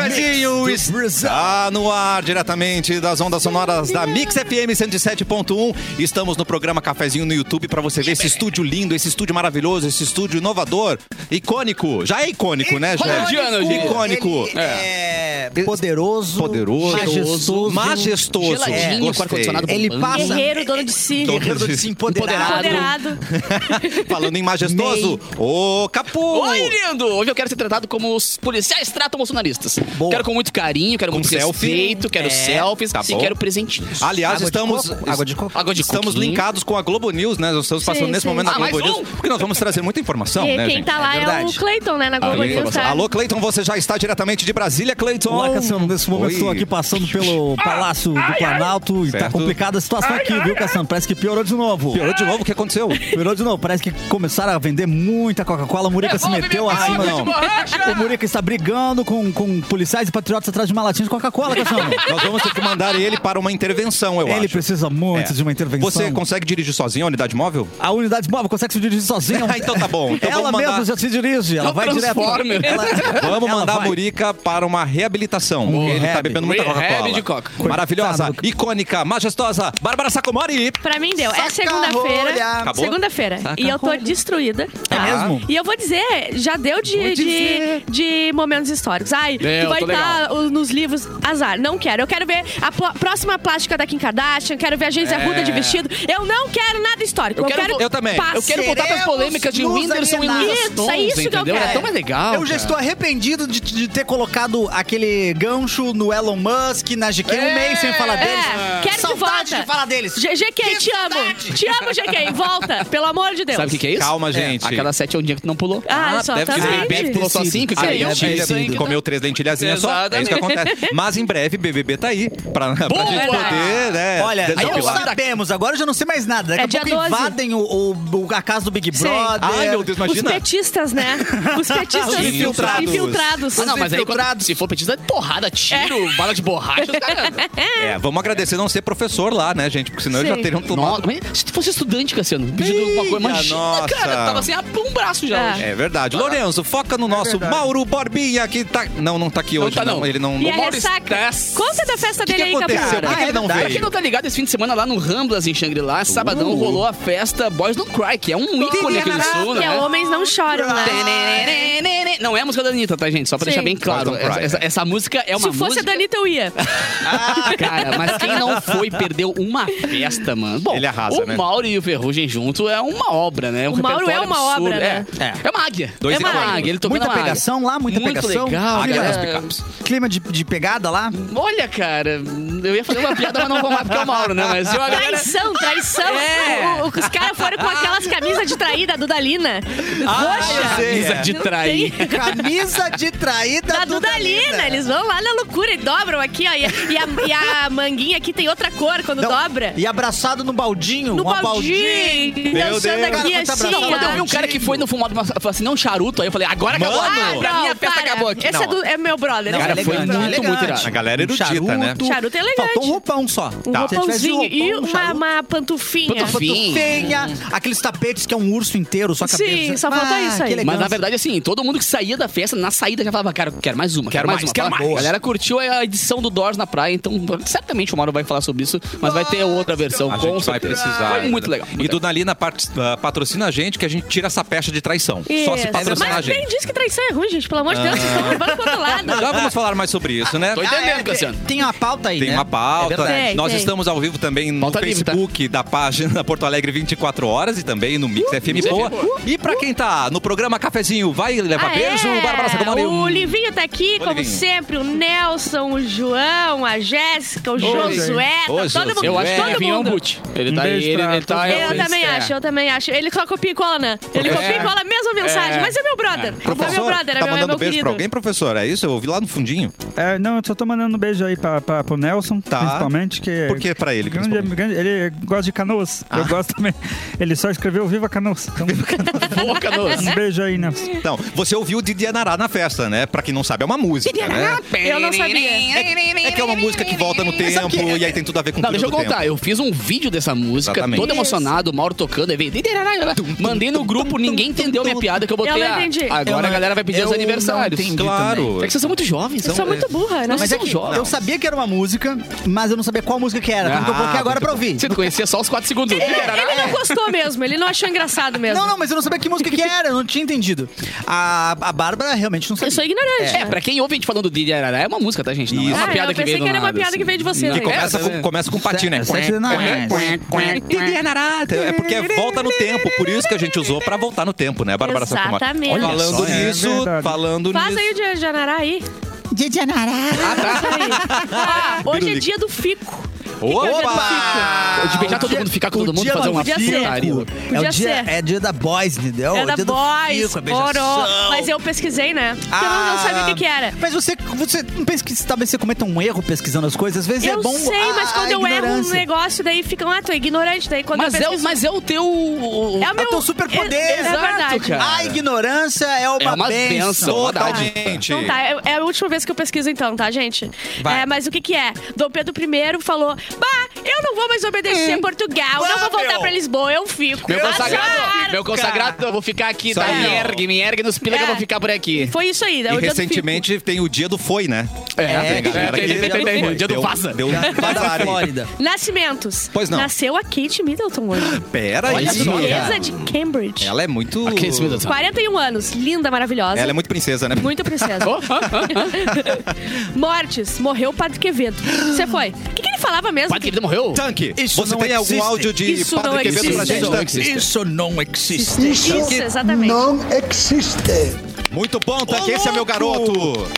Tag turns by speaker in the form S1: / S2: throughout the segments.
S1: Brasil está no ar diretamente das ondas sonoras da Mix FM 107.1. Estamos no programa Cafezinho no YouTube para você ver esse estúdio lindo, esse estúdio maravilhoso, esse estúdio inovador, icônico. Já é icônico, né, gente?
S2: Hollywoodiano, eu diria.
S1: Icônico.
S3: Ele é. poderoso,
S1: Poderoso.
S3: majestoso,
S1: Majestoso.
S2: Geladinho, com
S1: Gostei.
S2: ar-condicionado
S3: Ele
S2: bombando.
S3: passa-
S4: Guerreiro, dono de si.
S1: Todo
S3: Guerreiro
S1: dia.
S3: empoderado.
S4: Empoderado.
S1: Falando em majestoso, ô Capu!
S2: Oi, lindo! Hoje eu quero ser tratado como os policiais tratam bolsonaristas.
S3: Boa.
S2: Quero com muito carinho, quero
S1: Com
S2: muito
S1: selfie.
S2: respeito, quero
S1: É,
S2: selfies
S1: tá
S2: e
S1: bom.
S2: quero presentinhos.
S1: Aliás,
S3: Água de
S1: estamos.
S3: coco? Água de coco?
S2: Água de
S1: estamos
S2: coquinho.
S1: linkados com a Globo News, né? Nós estamos passando
S4: Sim,
S1: nesse
S4: sim.
S1: momento na
S2: Ah, mais
S1: Globo News,
S2: um?
S1: porque nós vamos trazer muita informação,
S4: E
S1: né,
S4: quem
S1: gente?
S4: tá lá
S3: É
S4: é, o
S3: verdade.
S4: Cleiton, né, na Globo
S1: Alô,
S4: News, tá?
S1: Alô, Cleiton, você já está diretamente de Brasília, Cleiton?
S5: Olá, Cassiano, nesse momento
S1: Oi.
S5: estou aqui passando pelo Palácio do Planalto e tá
S1: Certo.
S5: complicada a situação aqui, viu, Cassiano? Parece que piorou de novo.
S1: Piorou de novo, o que aconteceu?
S5: Piorou de novo, parece que começaram a vender muita Coca-Cola, o Murica se meteu acima.
S1: água de
S5: O Murica está brigando com, com policiais e patriotas atrás de uma latinha de Coca-Cola, Cassiano.
S1: Nós vamos ter que mandar ele para uma intervenção, eu acho.
S5: Ele precisa muito
S1: É.
S5: de uma intervenção.
S1: Você consegue dirigir sozinho a unidade móvel?
S5: A unidade móvel consegue se dirigir sozinha.
S1: Ah, então tá bom. Então
S5: ela
S1: vamos mandar-
S5: mesma já se dirige, ela
S2: É um
S5: vai direto.
S2: Transformer.
S5: Ela-
S1: Vamos
S5: ela
S1: mandar
S5: vai.
S1: a Murica para uma reabilitação. ele tá
S5: Um rehab.
S1: bebendo muita
S2: Rehab
S1: Coca-Cola.
S2: de coca.
S1: Maravilhosa,
S5: Coitado.
S1: icônica, majestosa, Bárbara Sacomori.
S4: Pra mim deu. É
S3: Saca
S4: segunda-feira.
S3: rolha.
S1: Acabou?
S4: Segunda-feira. E eu tô destruída. tá?
S5: mesmo?
S4: E eu vou dizer, já deu de, de, de momentos históricos. Ai,
S2: Deu,
S4: tu vai
S2: tô
S4: estar nos livros. Azar. Não quero. Eu quero ver a pla- próxima plástica da Kim Kardashian. Quero ver a Geise Arruda de vestido. Eu não quero nada histórico.
S2: Eu
S4: Eu,
S2: quero
S4: quero.
S2: vo-
S1: Eu também.
S4: paz.
S2: Eu quero voltar pras
S3: Seremos
S2: polêmicas de um
S3: nos
S2: Whindersson e
S3: alienados.
S2: Luísa
S4: Isso,
S2: Stones,
S4: é isso que eu
S2: entendeu?
S4: quero.
S2: É tão mais legal,
S5: Eu já
S2: cara.
S5: estou arrependido de, de ter colocado aquele gancho no Elon Musk, na GQ, um mês sem falar deles.
S4: É, quero de
S5: Saudade
S4: volta.
S5: de falar deles.
S4: GG,
S5: Que
S4: te amo.
S5: saudade.
S4: Te amo, GQ. Volta, pelo amor de Deus.
S2: Sabe o que, que é isso?
S1: Calma, gente.
S2: Aquela sete é um dia que tu não pulou.
S4: Ah, olha só,
S1: deve
S4: tá
S1: ter sido
S4: vendo?
S2: bem pulou só cinco, que
S1: A
S2: aí é eu
S1: lentilha
S2: tive sangue.
S1: é comeu três lentilhazinhas só. É isso que acontece. Mas em breve, BBB tá aí. Pra, pra
S2: Boa!
S1: gente poder, né?
S5: Olha,
S1: desopilar.
S5: aí não
S2: pilar.
S5: sabemos, agora eu já não sei mais nada. Daqui
S4: É
S5: a
S4: dia
S5: pouco
S4: 12.
S5: invadem o, o- o- a casa do Big
S4: Sim.
S5: Brother.
S1: Ai, meu Deus,
S4: Os
S1: imagina.
S4: petistas, né? Os petistas
S5: Os infiltrados.
S4: infiltrados.
S2: Ah, não, mas aí quando,
S5: infiltrados.
S2: se for petista, é porrada, tiro, bala de borracha, os caras...
S1: É, vamos agradecer não ser professor lá, né, gente? Porque senão eles já
S4: Sim.
S1: teriam
S2: Nossa,
S1: tomado.
S2: como é- se tu fosse estudante, Cassiano, pedindo alguma coisa,
S1: Minha
S2: imagina,
S1: nossa.
S2: cara, tava sem a- um braço já
S4: É.
S2: hoje.
S1: É verdade. Lourenço, foca no nosso Mauro Borbinha, que tá. Não, não tá aqui
S2: É Não
S1: hoje.
S2: tá,
S1: não.
S2: não.
S1: Ele não.
S4: E
S1: não
S4: a
S2: Mauro
S4: ressaca?
S2: Stess.
S4: Conta da festa
S1: que
S4: dele aí,
S1: aconteceu? Por
S4: Capitão.
S1: que, ele não
S2: Pra quem
S1: veio?
S2: não tá ligado, esse fim de semana lá no Ramblas, em Shangri-La, sabadão, rolou a festa Boys Don't Cry, que é um ícone aqui do sul,
S4: Que é
S2: né?
S4: homens não
S5: Ah,
S4: choram, né?
S2: Tenenenenenenen. Não é a música da Anitta, tá, gente? Só pra
S4: Sim.
S2: deixar bem claro.
S1: Boys Don't
S2: Essa,
S1: Cry,
S2: essa- essa música é uma
S4: Se fosse
S2: música...
S4: a Danita, eu ia.
S2: Ah, cara, mas quem não foi perdeu uma festa, mano. Bom,
S1: Ele arrasa,
S2: o
S1: né?
S2: Mauro e o Ferrugem junto é uma obra, né? Um
S4: O Mauro
S2: repertório
S4: é uma
S2: absurdo.
S4: obra, né?
S2: É. é uma águia.
S1: Dois
S2: é uma
S1: e quatro.
S2: águia. Ele tocando
S5: Muita
S2: uma águia.
S5: pegação lá, muita
S2: Muito
S5: pegação. um
S2: legal,
S1: Águia
S2: cara.
S1: das picapes.
S5: Clima de, de pegada lá.
S2: Olha, cara, eu ia fazer uma piada, mas não vou mais porque é o Mauro, né? Mas eu, a galera...
S4: Traição, traição.
S2: É.
S4: O- o- os caras foram com aquelas camisas de traída do Dalina.
S1: Ah,
S4: Roxa.
S5: sei,
S2: Camisa
S5: é.
S2: de
S4: Não
S2: trair.
S4: tem.
S5: Camisa de traída
S4: Da
S5: do
S4: Dudalina, eles vão lá na loucura e dobram aqui, ó. E, e a, e a manguinha aqui tem outra cor quando
S5: Não,
S4: dobra.
S5: E abraçado no baldinho.
S2: um
S4: No
S5: uma
S4: baldinho, dançando
S5: Deus.
S4: aqui
S5: Cara, quanta
S4: assim.
S5: abraçada.
S2: Quando eu vi um
S4: ó.
S2: cara que foi no fumado, mas falou assim, não, charuto. Aí eu falei, agora acabou.
S1: Mano!
S2: Ah, pra mim a festa
S4: para.
S2: acabou aqui.
S4: Esse é,
S1: Não.
S4: do- é meu brother.
S5: Não,
S4: esse
S2: Cara,
S4: é meu
S5: elegante,
S2: foi
S4: brother.
S2: muito, muito
S5: elegante.
S2: irado.
S1: A galera erudita, né?
S4: Charuto é elegante.
S5: Faltou um roupão só.
S4: Um
S5: Se tivesse
S4: roupãozinho e
S5: roupão, um
S4: uma,
S5: charuto,
S4: uma pantufinha.
S2: Pantufa- Sim.
S5: Fanha, aqueles tapetes que é um urso inteiro, só cabeça.
S4: Sim, só falta
S5: Ah,
S4: isso aí.
S5: que
S2: Mas na
S5: elegância.
S2: verdade, assim, todo mundo que saía da festa, na saída já falava, cara, quero mais uma, quero
S1: Quero
S2: mais,
S1: mais,
S2: uma.
S1: quero
S2: Fala-
S1: mais.
S2: A galera curtiu a edição do Doors na praia, então certamente o Mauro vai falar sobre isso, mas vai ter outra versão,
S1: A
S2: com
S1: gente vai
S2: certeza.
S1: precisar.
S2: Foi
S1: ainda.
S2: muito legal. muito
S1: E
S2: legal.
S1: Dunalina pat- ah, patrocina a gente, que a gente tira essa pecha de traição. Só se
S4: Isso.
S1: patrocinar a
S4: Mas
S1: gente.
S4: quem diz que traição é ruim, gente? Pelo amor de Deus, vocês estão levando pro outro
S1: Já
S4: lado.
S1: vamos falar mais sobre isso, né?
S2: Ah, Tô entendendo,
S5: é,
S2: Cassiano.
S5: Tem uma pauta aí,
S1: Tem
S5: né?
S1: uma
S5: É
S1: pauta.
S5: verdade.
S4: Tem,
S1: Nós
S4: tem.
S1: estamos ao vivo também no
S2: Pauta livre,
S1: Facebook da página Porto Alegre 24 horas e também no Mix FM Boa. E pra quem tá no programa Cafezinho, vai levar
S4: Ah,
S1: beijo,
S4: é?
S1: Bárbara um Sacomori.
S4: O Livinho tá aqui,
S1: Ô,
S4: como
S1: Livinho.
S4: sempre. O Nelson, o João, a Jéssica, o Josué.
S1: Ô,
S4: tá todo mundo.
S1: Josué.
S2: Eu acho que
S4: todo
S2: ele vinha um
S4: mundo.
S2: boot. Ele tá
S5: beijo
S2: aí, ele,
S5: pra
S2: ele tá...
S4: Eu
S2: ele-
S4: também
S2: é.
S4: acho, eu também acho. Ele só copia e cola, né? Ele copia e cola a mesma mensagem,
S2: É.
S4: mas é meu brother. É meu
S1: Professor,
S4: brother, é
S1: tá
S4: meu, é
S1: mandando beijo pra
S4: meu querido.
S1: alguém, professor? É isso? Eu ouvi lá no fundinho.
S6: É, não, eu só tô mandando um beijo aí pra, pra, pro Nelson,
S1: Tá.
S6: principalmente. Que é
S1: Por que pra ele,
S6: Grande-
S1: principalmente?
S6: grande- ele gosta de canoas. Eu gosto também. Ele só escreveu Viva Canoas. Então,
S2: Boa, Canoas.
S6: um beijo aí, Nelson.
S1: Então, você ouviu o Didi Anará na festa, né? Pra quem não sabe, é uma música, né?
S4: Eu não sabia.
S1: É que é uma música que volta no tempo e aí tem tudo a ver com
S2: Não,
S1: o
S2: deixa eu
S1: túnel do
S2: contar.
S1: tempo.
S2: Eu fiz um vídeo dessa música,
S1: Exatamente.
S2: todo emocionado, o Mauro tocando. aí veio- Mandei no grupo, ninguém entendeu minha piada que eu botei.
S4: Eu não
S2: a-
S4: entendi.
S2: Agora a galera vai pedir os
S5: eu
S2: aniversários.
S5: não entendi
S1: Claro.
S2: É que vocês são muito jovens.
S4: Eu sou muito burra, né?
S2: Mas
S5: Mas é
S2: são
S5: que
S2: jovens.
S5: eu sabia que era uma música, mas eu não sabia qual música que era. Tanto que eu
S1: Ah,
S5: coloquei agora pra ouvir.
S2: Você conhecia só os 4 segundos.
S4: Ele não gostou mesmo, ele não achou engraçado mesmo.
S5: Não, não, mas eu não sabia que música que era, eu não tinha entendido. A, a Bárbara realmente não sabia.
S4: Eu sou ignorante.
S2: É, pra quem ouve a gente falando de Irará, é uma música, tá, gente? Não é
S1: Isso.
S2: uma
S1: Ah,
S2: piada
S4: eu
S2: que
S4: pensei
S2: veio do
S4: que era uma
S2: nada,
S4: piada
S2: assim.
S4: que veio de você,
S2: Não,
S4: né?
S1: E começa,
S2: é,
S1: com, começa com pati, né?
S5: Sete de Nós.
S1: É porque volta no tempo, por isso que a gente usou pra voltar no tempo, né, Bárbara Sacomori?
S4: Exatamente.
S1: Olha Falando
S6: só, é
S1: nisso,
S6: verdade.
S1: falando
S4: Faz
S1: nisso.
S4: aí o dia de Janará aí. Faz aí. Ah, hoje é
S1: Pirulica.
S4: dia do fico.
S1: Opa!
S2: De beijar todo
S5: Ah.
S2: mundo, ficar com todo mundo,
S5: dia
S2: fazer um uma
S4: do fico.
S2: putaria.
S5: É,
S4: Podia
S5: o dia,
S4: ser.
S5: é dia da boys, entendeu?
S4: é da
S5: Oh, dia do
S4: Boys.
S5: fico, é beijação. Ah.
S4: Oro. Mas eu pesquisei, né? Porque eu não- eu não sabia o que, que era.
S5: Mas você, você não pensa que talvez você cometa um erro pesquisando as coisas? Às vezes
S4: eu
S5: é bom.
S4: sei,
S5: a-
S4: mas quando
S5: a
S4: eu erro um
S5: ignorância.
S4: negócio, daí ficam, ah, tu é ignorante. Daí quando
S2: Mas
S4: eu
S2: é, o-
S4: pesquiso-
S2: mas é o teu... o- o-
S4: É o
S5: É
S4: meu
S5: teu superpoder.
S4: É, é
S2: Exato,
S4: verdade.
S2: cara.
S5: A ignorância é uma,
S2: É uma
S5: benção.
S2: benção. Totalmente.
S1: Totalmente.
S4: Então tá, é- é a última vez que eu pesquiso então, tá, gente?
S5: Vai.
S4: É, mas o que que é? Dom Pedro I falou, bah, eu não vou mais obedecer Portugal, não vou voltar
S5: Hum. meu.
S4: pra Lisboa, eu fico.
S2: Meu
S4: Azar.
S2: consagrado, meu consagrado, eu vou ficar aqui,
S1: Isso
S2: tá?
S1: aí,
S2: Me
S1: ó.
S2: ergue, me ergue nos pila que eu
S4: É.
S2: vou ficar por aqui.
S4: Foi isso aí, né?
S1: E
S4: O dia do
S1: recentemente tem o dia do foi, né?
S2: É,
S5: É,
S2: tem galera
S5: tem-
S2: que-
S5: tem-
S2: tem-
S5: tem-
S2: tem- dia do
S1: Deu-
S2: vaza.
S1: Deu um
S5: Da
S1: vazar aí.
S5: Flórida.
S4: fico. Nascimentos.
S1: Pois não.
S4: Nasceu a Kate Middleton hoje.
S1: Pera aí.
S2: Olha só,
S4: Princesa de Cambridge.
S1: Ela é muito...
S2: Aqui, esse meu Deus do céu.
S4: 41 anos, linda, maravilhosa.
S1: Ela é muito princesa, né?
S4: Muito princesa. Mortes. Morreu o Padre Quevedo. Você foi. O que, que ele falava mesmo?
S2: Padre querido morreu?
S1: Tanque,
S5: Isso
S1: você
S5: não
S1: tem algum
S5: existe.
S1: áudio de
S4: Isso não
S1: Padre Quevedo pra
S4: existe.
S1: gente,
S2: Isso não
S1: Tanque?
S5: Isso não existe.
S4: Isso, exatamente.
S7: Não existe.
S1: Muito bom, Tanque, esse é meu garoto.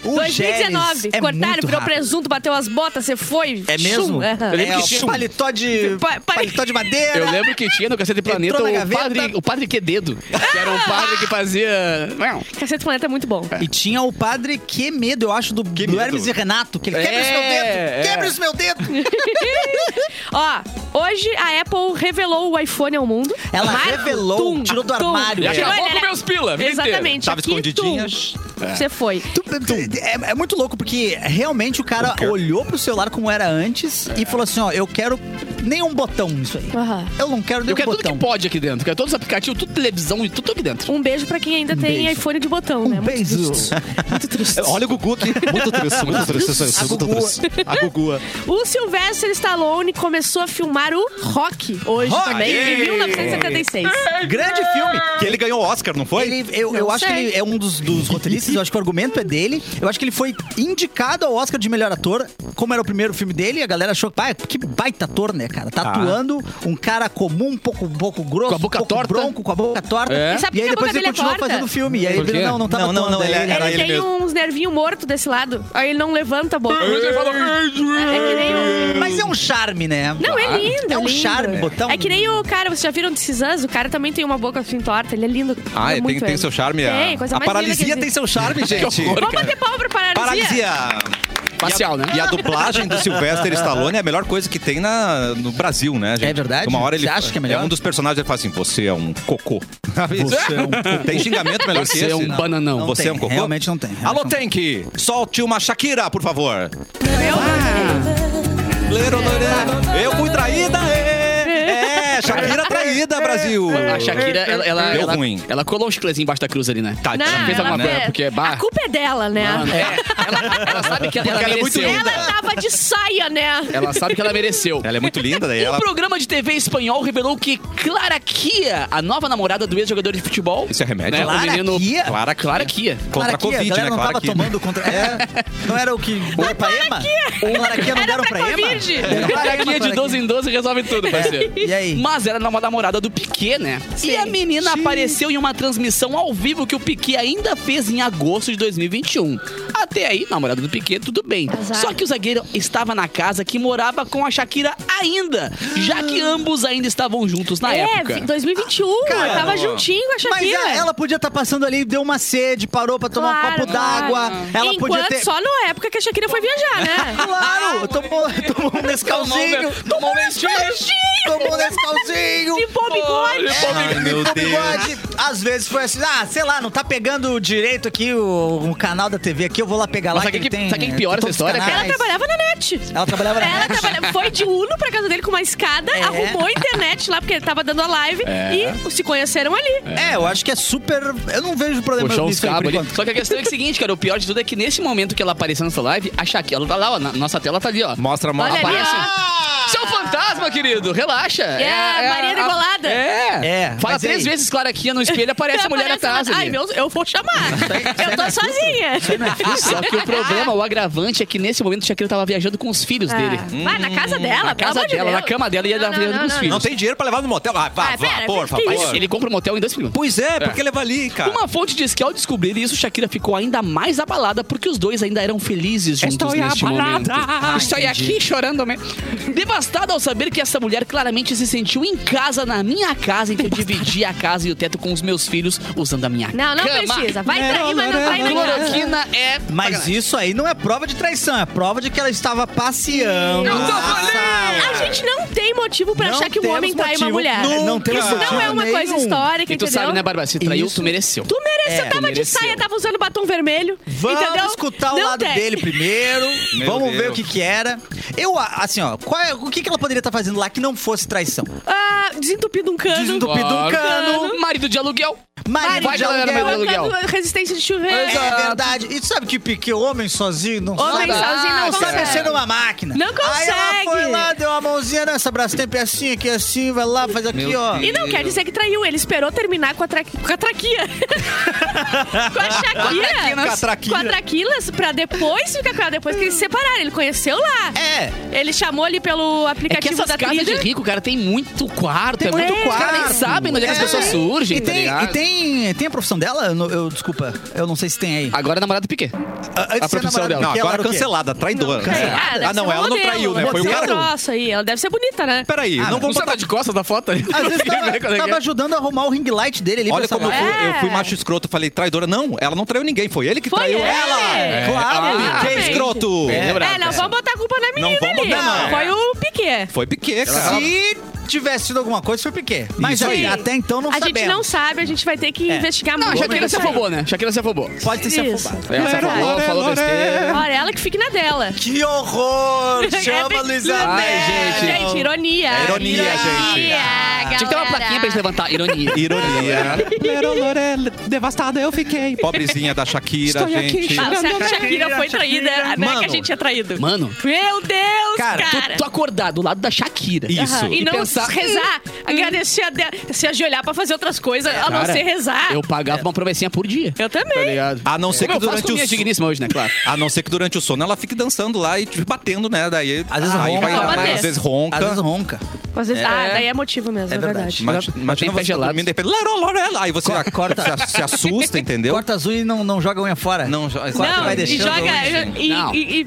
S5: O
S4: 2019,
S5: Gélis é
S4: cortaram,
S5: muito
S4: virou
S5: rápido.
S4: presunto, bateu as botas, você foi.
S5: É mesmo?
S4: Chum, aham.
S2: lembro
S5: É,
S2: que
S5: o
S2: tinha-
S5: paletó de,
S4: Pa- pa-
S5: paletó de madeira.
S2: Eu lembro que tinha no Cacete do Planeta
S5: Entrou na
S2: o
S5: gaveta.
S2: padre, o padre Quededo, que era o padre que fazia... Não.
S4: Cacete do Planeta é muito bom.
S5: E tinha o padre Que Medo, eu acho, do, do
S1: Medo.
S5: Hermes e Renato. Que ele
S2: É,
S5: quebra esse meu dedo.
S2: é.
S5: Quebra esse meu dedo.
S4: Ó, hoje a Apple revelou o iPhone ao mundo.
S5: Ela revelou, tirou do armário.
S2: E acabou
S4: Tirou,
S2: com meus pila, a vida
S4: Exatamente.
S1: Tava
S4: aqui,
S1: escondidinha.
S4: tum, Você foi.
S5: Tu- tu- É, é muito louco, porque realmente o cara olhou pro celular como era antes e falou assim, ó, eu quero nenhum botão nisso aí.
S4: Aham.
S5: Eu não quero nenhum
S2: Eu quero tudo
S5: botão.
S2: que pode aqui dentro. Quero todos os aplicativos, tudo televisão e tudo aqui dentro.
S4: Um beijo pra quem ainda tem iPhone de botão, né?
S5: Um
S4: Muito
S5: beijo.
S4: triste. Muito triste.
S1: Olha o Gugu aqui. Muito triste, muito triste. Muito triste. A Gugu.
S4: O Sylvester Stallone começou a filmar o Rock hoje
S5: Rock!
S4: também, em 1976.
S5: Grande filme.
S1: Que ele ganhou Oscar, não foi?
S5: Ele, eu eu
S4: Não
S5: acho que
S4: sei.
S5: ele é um dos, dos roteiristas, eu acho que o argumento é dele. Eu acho que ele foi indicado ao Oscar de melhor ator, como era o primeiro filme dele, a galera achou, pai, que baita ator, né, cara? Tatuando um cara comum, um pouco, um pouco grosso,
S2: Ah. Com a boca
S5: um pouco
S2: torta.
S5: bronco, com a boca torta.
S2: É.
S4: E sabe
S5: E aí
S4: por que a boca
S5: depois ele
S4: dele é
S5: continuou
S4: torta?
S5: fazendo filme. E aí
S2: Por
S5: ele,
S2: quê?
S5: não, não tava
S1: Não, não,
S5: atuando,
S1: ele
S5: aí
S1: era
S4: Ele
S1: ele
S4: tem
S1: mesmo.
S4: uns nervinhos mortos desse lado, aí ele não levanta a boca. É que nem o-
S5: Mas é um charme, né?
S4: Não, é lindo.
S5: É um
S4: lindo.
S5: charme, botão.
S4: É que nem o cara, vocês já viram This Us? O cara também tem uma boca assim torta, ele é lindo.
S1: Ah,
S4: é
S1: tem-
S4: muito
S1: tem
S4: ele.
S1: seu charme. a-
S4: Tem, coisa
S1: a
S4: mais linda que
S1: paralisia
S4: existe.
S1: tem seu charme, gente.
S2: horror.
S4: Vamos bater palma pra paralisia.
S1: Paralisia.
S2: Facial, né?
S1: E a dublagem do Sylvester Stallone é a melhor coisa que tem na, no Brasil, né, gente?
S5: É verdade?
S1: Uma hora ele
S5: Você acha que é melhor?
S1: um dos personagens ele fala assim: você é um cocô. Você é um cocô. Tem xingamento melhor que
S2: Você
S1: esse?
S2: é um
S1: Não.
S2: bananão.
S1: Não Você
S5: tem,
S1: é um cocô?
S5: realmente não tem, realmente
S1: Alô,
S5: não tem.
S1: Tank! Solte uma Shakira, por favor. Eu fui traída! É, é Shakira traída, Brasil!
S4: É,
S2: A Shakira, ela, ela,
S1: Deu
S2: ela,
S1: ruim. Tá.
S2: ela colou um chiclezinho embaixo da cruz ali, né?
S4: Não,
S2: ela fez alguma coisa, porque é
S4: A
S2: bar.
S4: culpa é dela, né?
S2: É, ela, ela sabe que ela,
S1: Porque ela é muito
S2: mereceu.
S1: linda.
S4: Ela tava de saia, né?
S2: Ela sabe que ela mereceu.
S1: Ela é muito linda, daí
S2: Um
S1: ela.
S2: programa de TV espanhol revelou que Clara Kia, a nova namorada do ex-jogador de futebol.
S1: Isso é remédio?
S2: Né?
S5: Clara
S2: o menino...
S5: Kia?
S2: Clara, Clara Kia.
S1: Contra
S5: Clara
S1: a
S5: Kia,
S1: Covid,
S5: a galera
S1: né?
S5: não
S1: Clara
S5: tava
S1: Kia.
S5: tomando contra... É, não era o que... Deram pra Ema? Clara Kia não
S4: Era
S5: deram pra
S4: pra
S5: Ema?
S4: Covid.
S5: Deram pra
S2: Clara
S5: Ema,
S2: Kia de
S5: Clara
S2: 12 em 12 resolve tudo, parceiro.
S5: E aí?
S2: Mas era uma namorada do Piquet, né? E a menina apareceu em uma transmissão ao vivo que o Piquet ainda fez em agosto de 2021. Até aí, namorada do Piquet, tudo bem.
S4: Azar.
S2: Só que o zagueiro estava na casa que morava com a Shakira ainda, já que ambos ainda estavam juntos na
S4: Ah. é,
S2: época.
S4: vi- 2021,
S5: Cara,
S4: ela um, tava juntinho com a
S5: Mas
S4: Shakira.
S5: a- ela podia estar passando ali, deu uma sede, parou pra tomar um
S4: Claro,
S5: copo
S4: claro.
S5: d'água. Ela
S4: Enquanto,
S5: podia ter.
S4: só na época que a Shakira foi viajar, né?
S5: Claro! Tomou, tomou um Nescauzinho!
S2: Tomou um leitinho.
S5: Tomou um Nescauzinho!
S4: Limpou o bigode.
S2: Limpou o bigode.
S1: Ai, meu
S5: Pô,
S1: Deus.
S5: tá bigode. Às vezes foi assim, ah, sei lá, não tá pegando direito aqui o, o canal da TV aqui, eu vou lá pegar
S2: Mas
S5: lá.
S2: sabe
S5: ele
S2: que-
S5: tem,
S2: sabe que piora essa
S5: todos os
S2: história, cara?
S4: Ela
S5: canais.
S4: trabalhava na net.
S5: Ela trabalhava na
S4: Ela
S5: net.
S4: trabalha- foi de Uno pra casa dele com uma escada,
S5: É.
S4: arrumou a internet lá, porque ele tava dando a live
S2: É.
S4: e se conheceram ali.
S5: É, eu acho que é super. Eu não vejo problema
S2: Puxou uns
S5: nisso aí, por
S2: cabos ali.
S5: enquanto.
S2: Só que a questão é, o seguinte, cara. O pior de tudo é que nesse momento que ela apareceu nessa live, a Shaquille, ela tá lá, ó. Na nossa tela tá ali, ó.
S1: Mostra, mostra.
S4: Olha ali,
S2: aparece.
S4: ó.
S2: Seu é um fantasma, querido, relaxa.
S4: É a Maria Degolada.
S2: É.
S5: É,
S2: Fala
S5: mas
S2: três
S5: aí?
S2: vezes, claro, aqui no espelho aparece a mulher
S4: Aparece uma-
S2: atrás ali.
S4: Ai, meu, eu vou chamar. Eu tô sozinha.
S2: é Só que o problema, o agravante, é que nesse momento o Shaquille tava viajando com os filhos dele.
S4: Ah, vai, na casa dela,
S2: Na
S4: pelo
S2: casa
S4: amor de
S2: dela,
S4: Deus.
S2: na cama dela, e ela
S4: Não, não,
S2: viajando
S4: não,
S2: com os
S4: não,
S2: filhos.
S1: Não tem dinheiro pra levar no motel. Ah, vá, vá,
S4: Ah, pera,
S1: por
S4: que
S1: favor.
S4: isso?
S2: Ele compra um motel em dois minutos.
S1: Pois é, porque leva ali, cara.
S2: Uma fonte diz que ao descobrir isso, Shakira ficou ainda mais abalada porque os dois ainda eram felizes juntos
S6: Estou
S2: neste momento.
S6: abalada. Ah,
S2: Estou aqui chorando mesmo. Devastada ao saber que essa mulher claramente se sentiu em casa na minha casa, em que eu dividi a casa e o teto com os meus filhos usando a minha
S4: Não, não
S2: cama.
S4: precisa. Vai trair, mas não vai na casa.
S2: Cloroquina é...
S5: Mas isso aí não é prova de traição, é prova de que ela estava passeando.
S4: Não,
S5: na
S4: não,
S5: sala.
S4: A gente não tem motivo pra
S5: Ah, Não
S4: achar que um homem
S5: temos
S4: trai uma
S5: motivo.
S4: mulher.
S5: Não, não temos
S4: Isso não
S5: motivo
S4: é uma coisa
S5: nenhum.
S4: histórica,
S2: E tu
S4: entendeu?
S2: sabe, né, Bárbara? Se traiu, tu mereceu.
S4: Tu mereceu,
S5: É,
S4: tava de
S2: mereceu.
S4: saia, tava usando batom vermelho.
S5: Vamos
S4: entendeu?
S5: escutar o
S4: Não
S5: lado
S4: tem.
S5: dele primeiro.
S1: Meu
S5: Vamos ver
S1: Deus.
S5: o que que era. Eu, a- assim, ó, qual é- o que que ela poderia estar fazendo lá que não fosse traição?
S4: Ah, desentupido um cano.
S5: Desentupido um cano,
S2: Marido de aluguel.
S5: marido
S2: Vai,
S5: de
S2: galera,
S5: aluguel.
S2: mas-
S4: Colocando
S2: aluguel.
S4: resistência de chuveiro.
S5: É verdade. E sabe que pique homem sozinho não
S4: Homem
S5: sabe?
S4: sozinho não
S5: não sabe
S4: consegue.
S5: mexer numa máquina.
S4: Não
S5: Aí ela
S4: consegue.
S5: foi lá, deu uma mãozinha nessa braço é assim, aqui assim, vai lá, faz aqui,
S1: Meu
S5: ó.
S1: Deus.
S4: E não quer dizer que traiu, ele esperou terminar com a, tra... com a traquia. com a Shaquira.
S1: Com a traquina.
S4: Com a traquilas, pra depois ficar com ela, depois que eles se separaram. Ele conheceu lá.
S5: É.
S4: Ele chamou ali pelo
S2: É que
S4: aplicativo
S2: essas
S4: da
S2: casas de
S4: trilha.
S2: rico, cara, tem muito quarto. é
S5: Tem muito
S2: muito Os caras nem
S5: quarto.
S2: sabem onde é que as
S5: É.
S2: pessoas surgem,
S5: E
S2: tá
S5: tem,
S2: ligado?
S5: e tem, tem a profissão dela? Eu, não- eu- desculpa, eu não sei se tem aí.
S2: Agora é namorado do Piquet.
S5: Antes
S1: a
S5: de ser
S1: profissão
S5: namorada
S1: dela. Não,
S5: dela
S1: agora
S5: era o quê?
S1: cancelada, traidora.
S4: Ah, deve
S1: ah, não,
S4: ser um
S1: ela não
S4: modelo,
S1: traiu, né?
S4: um
S1: Foi o
S4: modelo
S1: cara.
S4: grosso aí. Ela deve ser bonita, né?
S1: Peraí, não
S5: Ah, não.
S1: vamos
S2: Vamos
S1: botar
S2: botar de costas da foto ali.
S5: Às vezes
S2: tá-
S5: tava, tava
S2: Tava
S5: ajudando a arrumar o ring light dele ali. pra
S1: é Olha
S5: essa
S1: como eu
S5: live.
S1: fui, eu fui
S4: É.
S1: macho escroto, falei traidora. Não, ela não traiu ninguém, foi ele que
S4: Foi
S1: traiu
S4: ele.
S1: ela.
S4: É.
S5: Claro.
S1: Ah, que
S4: Exatamente.
S1: escroto.
S2: É.
S4: É,
S2: Brava,
S4: não vamos botar a culpa na
S1: Não
S4: menina
S1: vamos
S4: ali.
S1: botar, não.
S4: Foi um o Piquet.
S1: Foi Piquet, cara.
S5: Se tivesse sido alguma coisa, foi Piquet. Mas
S1: é. Isso
S5: aí,
S1: aí.
S5: até então não
S4: a
S5: sabemos.
S4: gente não sabe, a gente vai ter que
S5: É.
S4: investigar
S2: Não, a
S4: muito.
S2: Shakira se
S4: isso aí.
S2: afobou, né? Shakira se afobou.
S5: Pode ter se
S4: Isso.
S5: afobado.
S2: Ela se
S1: Lore,
S2: afobou,
S1: lore,
S2: falou
S1: lore.
S2: besteira.
S4: É. Olha, ela que fique na dela.
S5: Que horror!
S4: É
S5: Chama
S4: bem-
S5: Luiz Anel!
S2: Ai, gente.
S4: Gente, ironia.
S1: É ironia, gente.
S2: Tinha que ter uma
S4: galera.
S2: plaquinha pra gente levantar. Ironia.
S1: Ironia.
S6: Devastada eu fiquei.
S1: Pobrezinha da Shakira,
S6: Estou aqui,
S1: gente.
S4: Ah, será que a Shakira foi traída? Não é que a
S1: Mano.
S4: gente é traído.
S2: Mano,
S4: Meu Deus, cara.
S5: Cara,
S2: tu acordar do lado da Shakira.
S1: Isso.
S4: Aham. E,
S2: E
S4: não
S2: pensar-
S4: rezar, agradecer a Deus, se ajoelhar pra fazer outras coisas, a não
S2: Cara,
S4: ser rezar.
S2: Eu pagava uma promessinha por dia.
S4: Eu também.
S2: Tá ligado?
S1: A não ser
S2: Como
S1: que
S2: Ah. eu faço
S1: durante
S2: com
S1: o
S2: minha
S4: é
S1: so-
S2: digníssima hoje, né? Claro.
S1: A não ser que durante o sono ela fique dançando lá e te batendo, né? Daí,
S5: Às vezes
S1: aí
S5: ronca.
S1: vai-
S4: Pode bater.
S1: às vezes ronca.
S5: Às vezes ronca.
S4: Às vezes, Ah, daí é motivo mesmo, é,
S5: É verdade.
S4: verdade.
S1: Ima-
S2: Tem
S1: Imagina
S2: pé
S1: você
S2: gelado.
S1: dormindo e de repente. "Lero, lorela", Aí você
S5: corta-
S1: se a- se assusta, entendeu?
S5: Corta azul e não, não joga a unha fora.
S1: Não, jo-
S5: Claro que
S4: Não,
S5: vai
S4: e
S5: deixando
S4: joga,
S1: hoje.
S4: e,
S2: Não.
S4: e-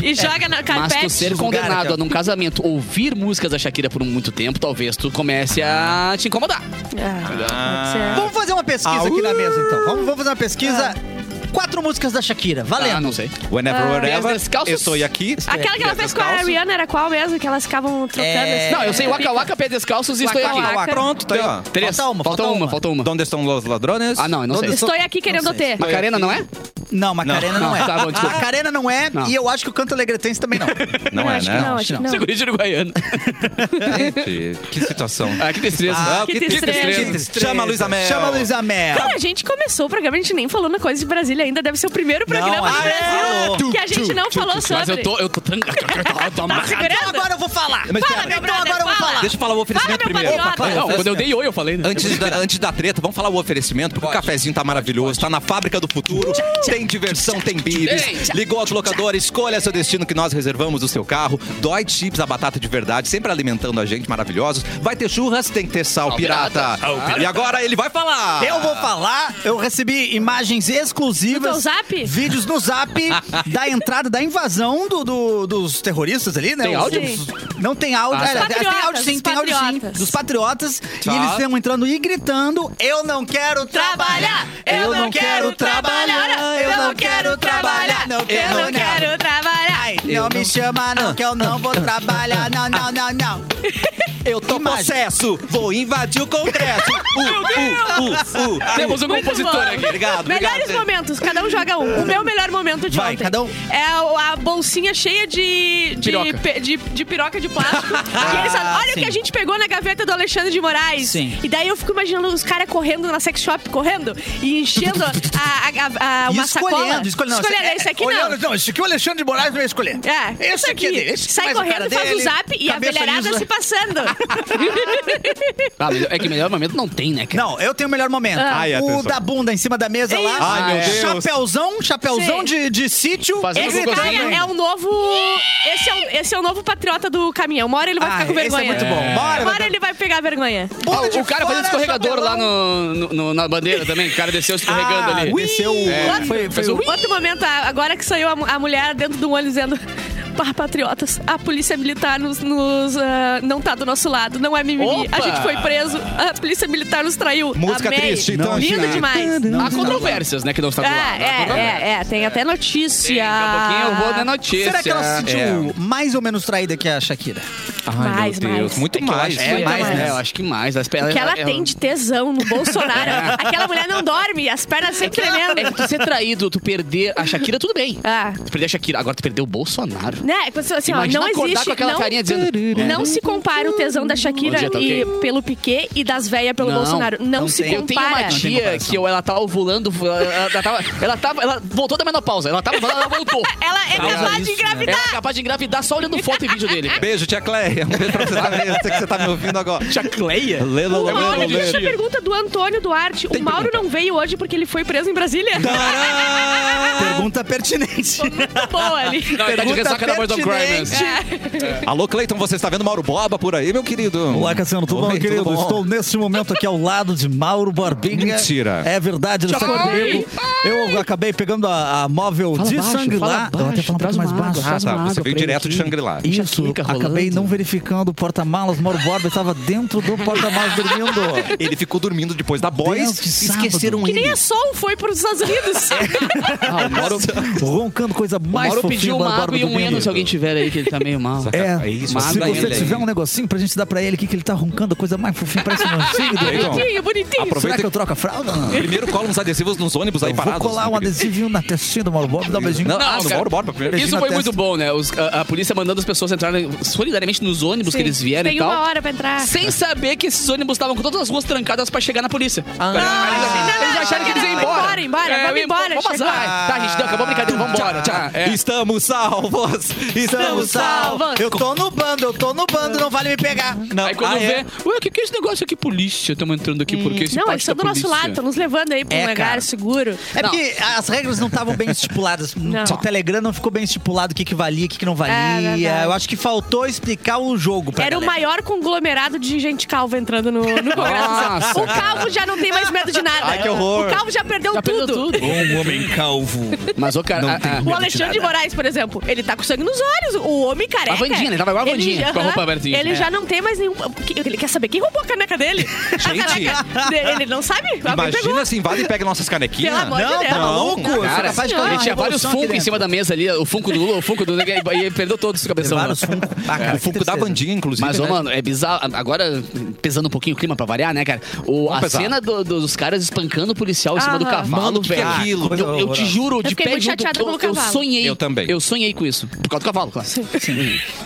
S4: e- e joga na
S2: Mas
S4: carpete.
S2: tu ser
S5: lugar,
S2: condenado
S5: cara.
S2: a num casamento ouvir músicas da Shakira por muito tempo, talvez tu comece a te incomodar.
S4: Ah, pode ser.
S5: Vamos fazer uma pesquisa
S1: Ah,
S5: aqui na
S1: uh!
S5: mesa, então. Vamos, vamos fazer uma pesquisa.
S1: Ah.
S5: Quatro músicas da Shakira, valendo.
S2: Ah, não sei.
S1: Whenever, wherever.
S2: Pés descalços.
S1: Eu estou aqui.
S4: Aquela que ela fez com a
S1: Descalço.
S4: Ariana era qual mesmo? Que elas ficavam trocando
S5: É.
S4: assim.
S2: Não, eu sei Waka Waka, pés descalços e estou
S4: Waka
S2: aqui.
S4: Waka.
S1: Pronto, tá aí, ó.
S2: Três.
S5: Falta uma,
S2: falta
S5: falta
S2: uma,
S5: uma.
S2: falta uma.
S1: Onde estão os ladrones?
S2: Ah, não, eu não sei.
S4: Estou aqui querendo
S5: Não sei.
S4: ter.
S2: Macarena, não é?
S5: Não, Macarena não,
S2: Não,
S5: é.
S2: tá bom, desculpa.
S5: Macarena não é,
S2: Não.
S5: e eu acho que o canto alegretense também não.
S1: Não é,
S4: acho que não,
S1: né?
S4: acho que
S5: Não.
S4: não.
S2: Segurinho de uruguaiano.
S1: Gente, que situação.
S2: Ah, que tristeza.
S1: Ah,
S4: que tristeza.
S1: Chama a Luísa Mel.
S5: Chama a Luísa Mel.
S4: Cara, a gente começou o programa, a gente nem falou na coisa de Brasília ainda. Deve ser o primeiro programa
S5: ah,
S4: do
S5: é?
S4: Brasil que a gente não falou sobre.
S2: Mas eu tô. Eu tô tran- eu tô
S4: Tá
S2: amarrado.
S4: segurando?
S5: Então agora eu vou falar.
S1: Mas
S4: Fala,
S1: pera,
S4: meu
S5: então
S4: brother,
S5: agora eu vou
S4: fala.
S5: falar.
S1: Deixa eu falar o
S4: Fala,
S1: oferecimento
S4: meu
S1: primeiro.
S4: patriota.
S2: Não, quando eu dei oi, eu falei, né?
S1: Antes da, antes da treta, vamos falar o oferecimento, porque o cafezinho tá maravilhoso, tá na fábrica do futuro, tem diversão, tem bibis.
S2: Tem.
S1: Ligou a locadora, escolha seu destino que nós reservamos do seu carro. Dói Chips, a batata de verdade, sempre alimentando a gente, maravilhosos. Vai ter churras, tem que ter sal,
S2: Sal
S1: pirata.
S2: pirata. Ah,
S1: E agora ele vai falar.
S5: Eu vou falar, eu recebi imagens exclusivas.
S4: No teu zap?
S5: Vídeos no zap da entrada, da invasão do, do- dos terroristas ali, né?
S2: Tem
S5: Os-
S2: áudio?
S5: os- não tem áudio.
S2: Ah,
S5: é,
S2: tá.
S5: tem áudio sim,
S4: Dos
S5: tem áudio sim.
S4: patriotas.
S5: Dos patriotas.
S1: Tá.
S5: E eles estão entrando e gritando: Eu não quero trabalhar! Eu não quero trabalhar! Eu não quero trabalhar!
S4: Eu não quero trabalhar!
S5: Ai, Não me chama não, que eu não vou trabalhar. Não, não, não, não.
S1: Eu tô
S5: Imagem.
S1: processo, vou invadir o Congresso. Uh, uh, uh, uh.
S2: Temos um
S4: Muito
S2: compositor
S4: bom.
S2: aqui.
S1: Obrigado,
S4: Melhores
S1: obrigado.
S4: momentos, cada um joga um. O meu melhor momento de
S5: Vai,
S4: ontem.
S5: cada um.
S4: É a, a bolsinha cheia de. de
S2: Piroca.
S4: pe- de, de piroca de plástico. E eles falam, Olha o que
S5: Ah, sim.
S4: a gente pegou na gaveta do Alexandre de Moraes.
S5: Sim.
S4: E daí eu fico imaginando os caras correndo na sex shop, correndo e enchendo a, a gav- a-
S5: E
S4: É uma sacola.
S5: escolhendo, escolhendo. Não,
S4: Escolhendo,
S5: é-
S4: esse aqui
S5: olhando-
S4: não.
S5: Não, esse aqui o Alexandre de Moraes vai escolher.
S4: É,
S5: Esse
S4: isso
S5: aqui é dele, esse que
S4: Sai
S5: mais a
S4: correndo,
S5: cara
S4: faz o
S5: dele,
S4: zap e a
S5: cabeça
S4: velharada
S5: lisa.
S4: se passando.
S2: Ah, é que melhor momento não tem, né, cara?
S5: Não, eu tenho o melhor momento.
S1: Ai,
S5: Ah. o
S1: atenção.
S5: da bunda em cima da mesa lá.
S4: É Isso.
S1: Ai, meu Deus.
S5: Chapeuzão, chapeuzão
S4: Sim.
S5: de, de sítio.
S2: Fazendo
S5: Ele
S4: Esse
S2: Google
S5: tá-
S4: cara
S2: Drive.
S4: é o novo. Esse é o, esse é o novo patriota do caminhão. Uma hora ele vai
S5: Ah,
S4: ficar com
S5: esse é
S4: vergonha.
S5: muito bom. Bora,
S4: Uma
S5: vai-
S4: hora ele vai pegar a vergonha.
S5: Bunda de
S2: o cara fazendo
S5: fora,
S2: escorregador lá
S5: chapelão.
S2: no, no- no- na bandeira também. O cara desceu escorregando
S5: Ah,
S2: ali.
S5: Desceu o...
S2: É.
S5: Foi, foi
S2: Fez
S5: o...
S2: um-
S4: Outro momento, a- agora que saiu a, mu- a mulher dentro do olho dizendo. Par patriotas, a polícia militar nos, nos, ah, não tá do nosso lado, não é mimimi.
S2: Opa!
S4: A gente foi preso, a polícia militar nos traiu.
S1: Música
S4: Amei.
S1: triste, então,
S4: Lindo
S1: gente.
S4: demais.
S2: Há controvérsias, né, que não está
S4: É,
S2: tá
S4: Ah,
S2: do lado. Há controvérsias.
S4: é, é, é, tem até notícia.
S2: Sim, daqui a um pouquinho eu vou dar notícia.
S5: Será que ela se sentiu
S2: É.
S5: mais ou menos traída que a Shakira?
S2: Ai,
S4: Mais,
S2: meu Deus.
S4: mais.
S2: Muito
S1: É que eu
S2: mais.
S1: acho
S5: que
S2: É
S5: muito
S2: mais,
S5: mais.
S2: né? Eu acho que mais. As é,
S4: O
S2: pernas-
S4: que ela
S2: eu-
S4: tem de tesão no Bolsonaro. Aquela mulher não dorme, as pernas sempre tremendo.
S2: É que tu ser traído, tu perder a Shakira, tudo bem.
S4: Ah,
S2: Tu perder a Shakira, agora tu perdeu o Bolsonaro.
S4: né? Assim, ó,
S2: Imagina
S4: não
S2: acordar
S4: existe.
S2: com aquela
S4: não,
S2: carinha dizendo...
S4: não se compara o tesão da Shakira
S2: Bom dia, tá
S4: e,
S2: ok?
S4: pelo Piquet e das véias pelo
S2: Não,
S4: Bolsonaro. Não,
S5: não
S4: se
S5: tem.
S2: Eu tenho uma
S4: compara.
S2: tia que eu- ela tava ovulando, ela, ela tava, ela tava- ela voltou da menopausa, ela tava, ela voltou.
S4: Ela é
S2: Causa
S4: capaz de
S5: isso, né?
S4: engravidar.
S2: Ela é capaz de engravidar só olhando foto e vídeo dele. cara.
S1: Beijo, tia Cleia. Um beijo pra você também. Eu sei que você tá me ouvindo agora.
S2: Tia Cleia?
S1: Lelo,
S4: Uma
S1: lelo,
S4: hora de outra
S1: lelo.
S4: pergunta do Antônio Duarte. o Mauro não veio hoje porque ele foi preso em Brasília. Ah.
S5: Pergunta pertinente.
S4: Tá Boa ali.
S2: Na verdade,
S5: Pergunta
S2: ressaca da Boys of Grimes.
S4: É.
S1: Alô, Cleiton, você está vendo Mauro Boba por aí, meu querido?
S5: Olá, Cassiano, tudo bom,
S1: Oi,
S5: querido?
S1: bom?
S5: Estou neste momento aqui ao lado de Mauro Borbinha.
S1: Mentira.
S5: É verdade, ele está comigo. Eu acabei pegando a, a móvel de
S2: baixo, fala
S5: Shangri-La. Eu até
S2: baixo,
S5: falo um
S2: traz
S5: pouco mais
S2: uma
S5: baixo.
S1: Ah, tá. Você veio direto de Shangri-La.
S5: Isso,
S2: Chaquica rolando.
S5: acabei não verificando o porta-malas. Mauro Borba estava dentro do porta-malas dormindo.
S1: Ele ficou dormindo depois da Boys.
S5: Deus, que sábado.
S1: esqueceram
S4: Que
S1: ele.
S4: nem a Sol foi para os Estados Unidos.
S2: Ah, o Mauro,
S5: Roncando coisa mais
S2: Mauro
S5: fofinha,
S2: pediu uma
S5: Mauro
S2: água e um
S5: Borba
S2: eno se alguém tiver aí, que ele tá meio mal.
S5: É,
S1: É isso,
S5: se
S2: manda
S5: você
S2: ele aí.
S5: tiver um negocinho pra gente dar pra ele aqui, que ele tá roncando, coisa mais fofinha, parece um antigo.
S2: É,
S1: Cleiton,
S4: bonitinho, bonitinho.
S5: Será
S1: aproveita
S5: que eu
S1: que
S5: troco a fralda?
S1: primeiro cola uns adesivos nos ônibus aí
S5: Eu vou
S1: parados.
S5: colar um adesivinho na testinha do Mauro Borba e dar um beijinho.
S1: Não,
S2: Não,
S1: não,
S2: cara.
S1: Mauro Borba primeiro.
S5: Beijinho
S2: Isso
S5: na
S2: foi
S5: testa.
S2: muito bom, né? Os- a, a polícia mandando as pessoas entrarem solidariamente nos ônibus que eles vieram
S4: Tem
S2: e tal.
S4: uma hora pra entrar.
S2: Sem saber que esses ônibus estavam com todas as ruas trancadas pra chegar na polícia. Ah,
S4: não,
S2: eles
S4: não,
S2: acharam que eles iam
S4: não,
S2: embora.
S4: embora, embora, vamos
S2: eu-
S4: embora,
S2: Vamos
S4: chegou. Ah,
S2: passar. Tá, gente, não, acabou a brincadeira, vamos embora. Tchau. É.
S1: Estamos salvos! Estamos salvos!
S4: salvos.
S5: Eu tô no bando, eu tô no bando, não vale me pegar.
S1: Não,
S2: Aí quando
S1: ah,
S2: vê,
S1: é?
S2: ué, o que, que é esse negócio aqui? Polícia, estamos entrando aqui porque esse
S4: Não,
S2: parte
S4: eles estão
S2: da
S4: do nosso
S2: é polícia.
S4: lado, estão nos levando aí pra um
S5: É,
S4: lugar
S5: cara.
S4: seguro.
S5: É
S2: Não.
S5: porque as regras não estavam bem estipuladas.
S4: Não.
S5: O Telegram não ficou bem estipulado o que, que valia, o que, que não
S4: É,
S5: valia.
S4: verdade.
S5: eu acho que faltou explicar o jogo pra
S4: Era o
S5: galera.
S4: maior conglomerado de gente calva entrando no, no Congresso.
S2: Nossa,
S4: tá o calvo já não tem mais medo de nada.
S1: Ai, que horror.
S4: O calvo já perdeu
S2: Já perdeu
S4: tudo.
S2: tudo.
S5: Um homem calvo.
S2: Mas, ô, cara, a- a-
S4: O Alexandre de Moraes, por exemplo, ele tá com sangue nos olhos. O homem careca.
S2: A Wandinha, ele tava igual a Wandinha, com a roupa
S4: aham,
S2: abertinha.
S4: Ele
S2: É.
S4: já não tem mais nenhum... Ele quer saber quem roubou a caneca dele.
S1: Gente.
S4: A caneca dele, ele não sabe. Alguém
S2: Tá,
S4: pegou.
S1: Imagina se invade e pega nossas canequinhas.
S4: Pelo amor de
S5: Não,
S4: Deus.
S5: tá maluco? Eu sou
S2: Cara,
S5: capaz de
S4: ele
S5: fazer
S2: ele
S5: uma
S2: tinha vários
S5: revolução
S2: Funko
S5: aqui
S2: em cima
S5: dentro.
S2: da mesa ali, o Funko do Lula, o Funko do... E ele perdeu todos os
S5: Tem
S2: cabeção.
S5: vários Funko.
S2: É.
S5: Ah,
S1: o
S5: cara, que
S1: Funko da
S5: tristeza.
S1: Bandinha, inclusive.
S2: Mas, ô,
S1: né?
S2: mano, é bizarro. Agora, pesando um pouquinho o clima pra variar, né, cara? O, a
S1: pesar.
S2: cena do- do- dos caras espancando o policial em cima do
S4: Aham.
S2: cavalo,
S1: Mano, que que é
S2: velho.
S1: aquilo?
S2: Eu- Eu, te juro, de
S4: fiquei
S2: pé
S4: muito
S2: junto,
S4: chateada
S2: eu,
S4: pelo
S2: eu
S4: cavalo.
S2: sonhei.
S1: Eu também.
S2: Eu sonhei com isso. Por causa do cavalo, claro. Sim.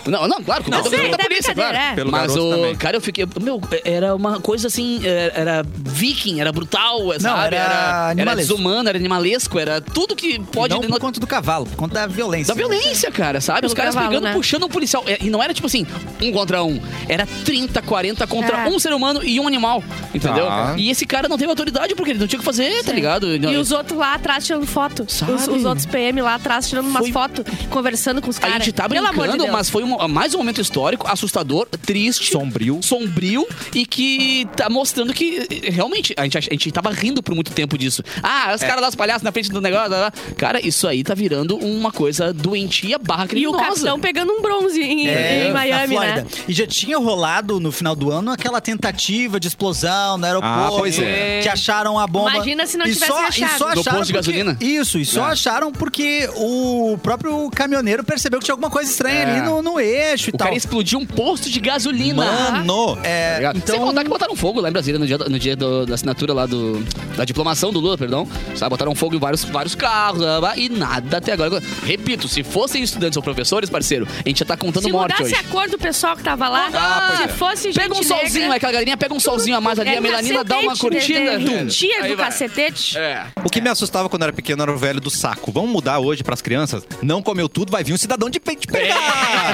S2: Não, não, claro.
S4: Não,
S2: Não,
S4: sim, da brincadeira, é.
S1: Pelo
S2: Mas,
S1: garoto
S2: o
S1: também.
S2: cara, eu fiquei... Meu, era uma coisa assim... Era, era viking, era brutal, é, sabe?
S5: era animalesco.
S2: desumano, era animalesco, era tudo que pode...
S5: não por conta do cavalo, por conta da violência.
S2: Da violência, cara, sabe? Os
S4: Pelo
S2: caras
S4: cavalo,
S2: pegando,
S4: né?
S2: puxando um policial. É, E não era tipo assim, um contra um. Era 30, 40 contra
S4: É.
S2: um ser humano e um animal. Entendeu?
S1: Tá.
S2: E esse cara não teve autoridade porque ele não tinha o que fazer, tá ligado?
S4: É. E os outros lá atrás tirando foto. Os, os outros PM lá atrás tirando umas
S2: Foi-
S4: fotos, conversando com os
S2: A
S4: caras.
S2: gente tá
S4: Pelo amor de
S2: brincando,
S4: Deus.
S2: mas foi um- mais um momento histórico, assustador, triste.
S1: Sombrio.
S2: Sombrio e que tá mostrando que eh, realmente a gente, ach- a gente tava rindo por muito tempo disso. Ah,
S1: É.
S2: os caras lá, os palhaços na frente do negócio. lá, lá. Cara, isso aí tá virando uma coisa doentia barra
S4: E o
S2: criminosa.
S4: capitão pegando um bronze em, em
S2: É, na
S5: na
S4: Miami,
S5: Flórida.
S4: né?
S5: E já tinha rolado no final do ano aquela tentativa de explosão no aeroporto.
S1: Ah, pois
S2: é.
S5: Que acharam a bomba.
S4: Imagina se não
S5: E
S4: tivessem
S5: só-
S4: achado.
S5: E só
S4: Do
S5: acharam
S2: posto de
S5: porque-
S2: gasolina?
S5: Isso, e só
S2: É.
S5: acharam porque o próprio caminhoneiro percebeu que tinha alguma coisa estranha
S2: É.
S5: ali no, no eixo e
S2: O
S5: tal.
S2: cara explodiu um posto de gasolina.
S1: Mano!
S5: É,
S2: Tá ligado?
S5: então,
S2: Sem contar que botaram fogo lá em Brasília no dia, no dia do- da assinatura lá do. Da diplomação do Lula, perdão. Sabe? Botaram fogo em vários, vários carros blá, blá, e nada até agora. Repito, se fossem estudantes ou professores, parceiro, a gente já tá contando
S4: Se
S2: morte hoje.
S4: mudasse a cor do pessoal que tava lá,
S2: Ah, pois
S4: se
S2: é.
S4: fosse gente
S2: Pega um solzinho,
S4: negra,
S2: aquela galerinha pega um solzinho a mais ali,
S4: é
S2: a melanina dá uma
S4: cacetete,
S2: curtida.
S4: né?
S2: tum.
S4: Tia
S2: Aí
S4: do
S2: vai.
S4: cacetete.
S2: É.
S1: O que me assustava quando era pequeno era o velho do saco. Vamos mudar hoje pras crianças? Não comeu tudo, vai vir um cidadão de peito
S4: É.
S1: pegar!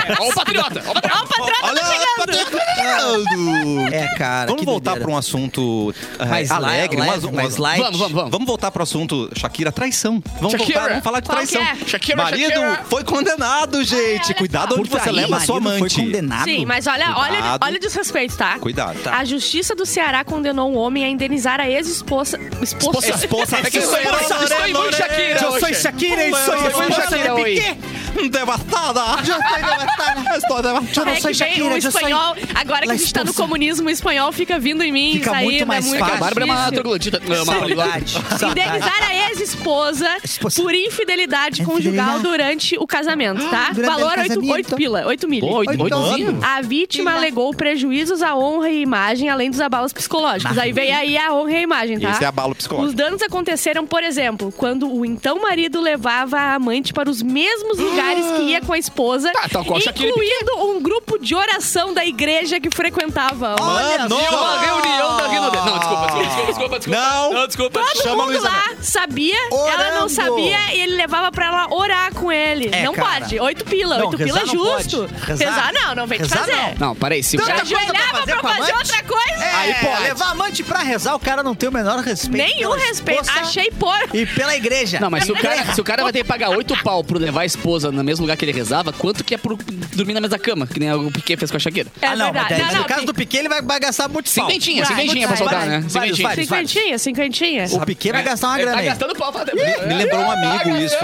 S2: Ah, Ó o patriota! Ó o patriota!
S1: Olha,
S4: tá
S1: tá
S5: é, cara.
S1: Vamos
S5: que
S1: voltar
S5: doideira.
S1: para um assunto é,
S5: Mais li-
S1: alegre,
S5: leve,
S1: mais,
S5: mais
S1: mais
S5: light.
S2: Vamos, vamos, vamos.
S1: Vamos voltar pro assunto Shakira traição. Vamos
S2: Shakira.
S1: voltar, vamos falar de
S4: Qual que
S1: traição.
S4: é?
S2: Shakira,
S1: Marido
S2: Shakira.
S1: foi condenado, gente.
S4: olha
S1: Cuidado onde
S5: Por
S1: você
S5: trair,
S1: leva a sua
S5: marido
S1: amante.
S5: foi condenado.
S4: Sim, mas olha, olha,
S1: Cuidado.
S4: olha o desrespeito, tá?
S1: Cuidado.
S4: A Justiça do Ceará condenou um homem a indenizar a ex-esposa. Esposa.
S1: Esposa,
S2: É que eu sou- eu sou- eu sou muito Shakira
S5: Eu sou
S2: hoje.
S5: Shakira e sou
S1: Eu sou
S5: esposa de
S2: Shakira hoje.
S5: Piquet.
S1: Devastada. Já estou
S2: né?
S1: devastada. Estou devastada.
S4: É que vem o espanhol, agora que
S5: La
S4: a gente tá no
S5: esposa.
S4: comunismo, o espanhol fica vindo em mim,
S5: Fica
S4: isso aí
S5: muito mais
S4: é muito
S5: fácil.
S2: A Bárbara é uma
S4: difícil.
S2: troglodita. é uma poliglota.
S5: Saudade. Saudade.
S4: Indenizar a ex-esposa
S5: Esposa.
S4: por
S5: Infidelidade.
S4: infidelidade
S5: Ah,
S4: conjugal durante o casamento, tá?
S5: Durante
S4: Valor
S5: o
S4: 8,
S5: casamento.
S4: pila, 8 mil.
S2: Pô, oito- oitozinho?
S4: A vítima alegou prejuízos à honra e imagem, além dos abalos psicológicos. Aí vem aí a honra e a imagem, tá?
S1: Esse é abalo
S4: Os
S1: psicológico.
S4: danos aconteceram, por exemplo, quando o então marido levava a amante para os mesmos lugares que ia com a esposa,
S2: Tá, tal qual Shakira
S4: incluindo um grupo de oração da igreja que frequentava.
S1: Mano!
S2: Viu a reunião da Rino Não, desculpa, desculpa, desculpa, desculpa.
S1: Não.
S2: Não, desculpa.
S4: Todo
S1: Chama a
S4: mundo
S1: Luísa
S4: lá sabia, ela não
S5: Orando.
S4: sabia e ele levava pra ela orar com ele.
S5: É,
S4: não
S5: cara.
S4: pode. Oito pila,
S5: Não,
S4: oito pila é
S5: rezar não
S4: justo.
S5: pode.
S4: Rezar,
S5: Rezar-
S4: não, não vem te
S5: rezar
S4: fazer.
S2: Não, peraí, se
S4: Já
S5: Tanta coisa pra
S4: ajoelhava
S5: Tipo, fazer
S4: pra
S5: com a
S4: fazer
S5: amante?
S4: outra coisa?
S5: Aí,
S2: pode.
S5: É, levar amante pra rezar, o cara não tem o menor respeito.
S4: Nenhum
S5: pela
S4: respeito.
S5: esposa
S4: Achei por.
S5: E pela igreja.
S2: Não, mas se o cara, se o cara vai ter que pagar oito pau por levar a esposa no mesmo lugar que ele rezava, quanto que é por dormir na mesma cama, que nem o Piquet fez com a Shakira?
S4: É
S5: ah, não, mas
S4: verdade.
S5: daí,
S4: Não,
S5: no
S4: não,
S5: caso
S4: tem-
S5: do Piquet, ele vai bagaçar muito pau.
S2: Cinquentinha,
S4: Vai,
S2: cinquentinha pra
S4: vai,
S2: soltar,
S5: vai,
S2: né?
S5: vai,
S2: Cinquentinha.
S5: vai.
S4: Cinquentinha, cinquentinha.
S5: O Piquet é, vai gastar uma
S2: Ele
S5: grana
S2: Tá
S5: aí.
S2: gastando pau pra Ih,
S1: Me lembrou um amigo isso.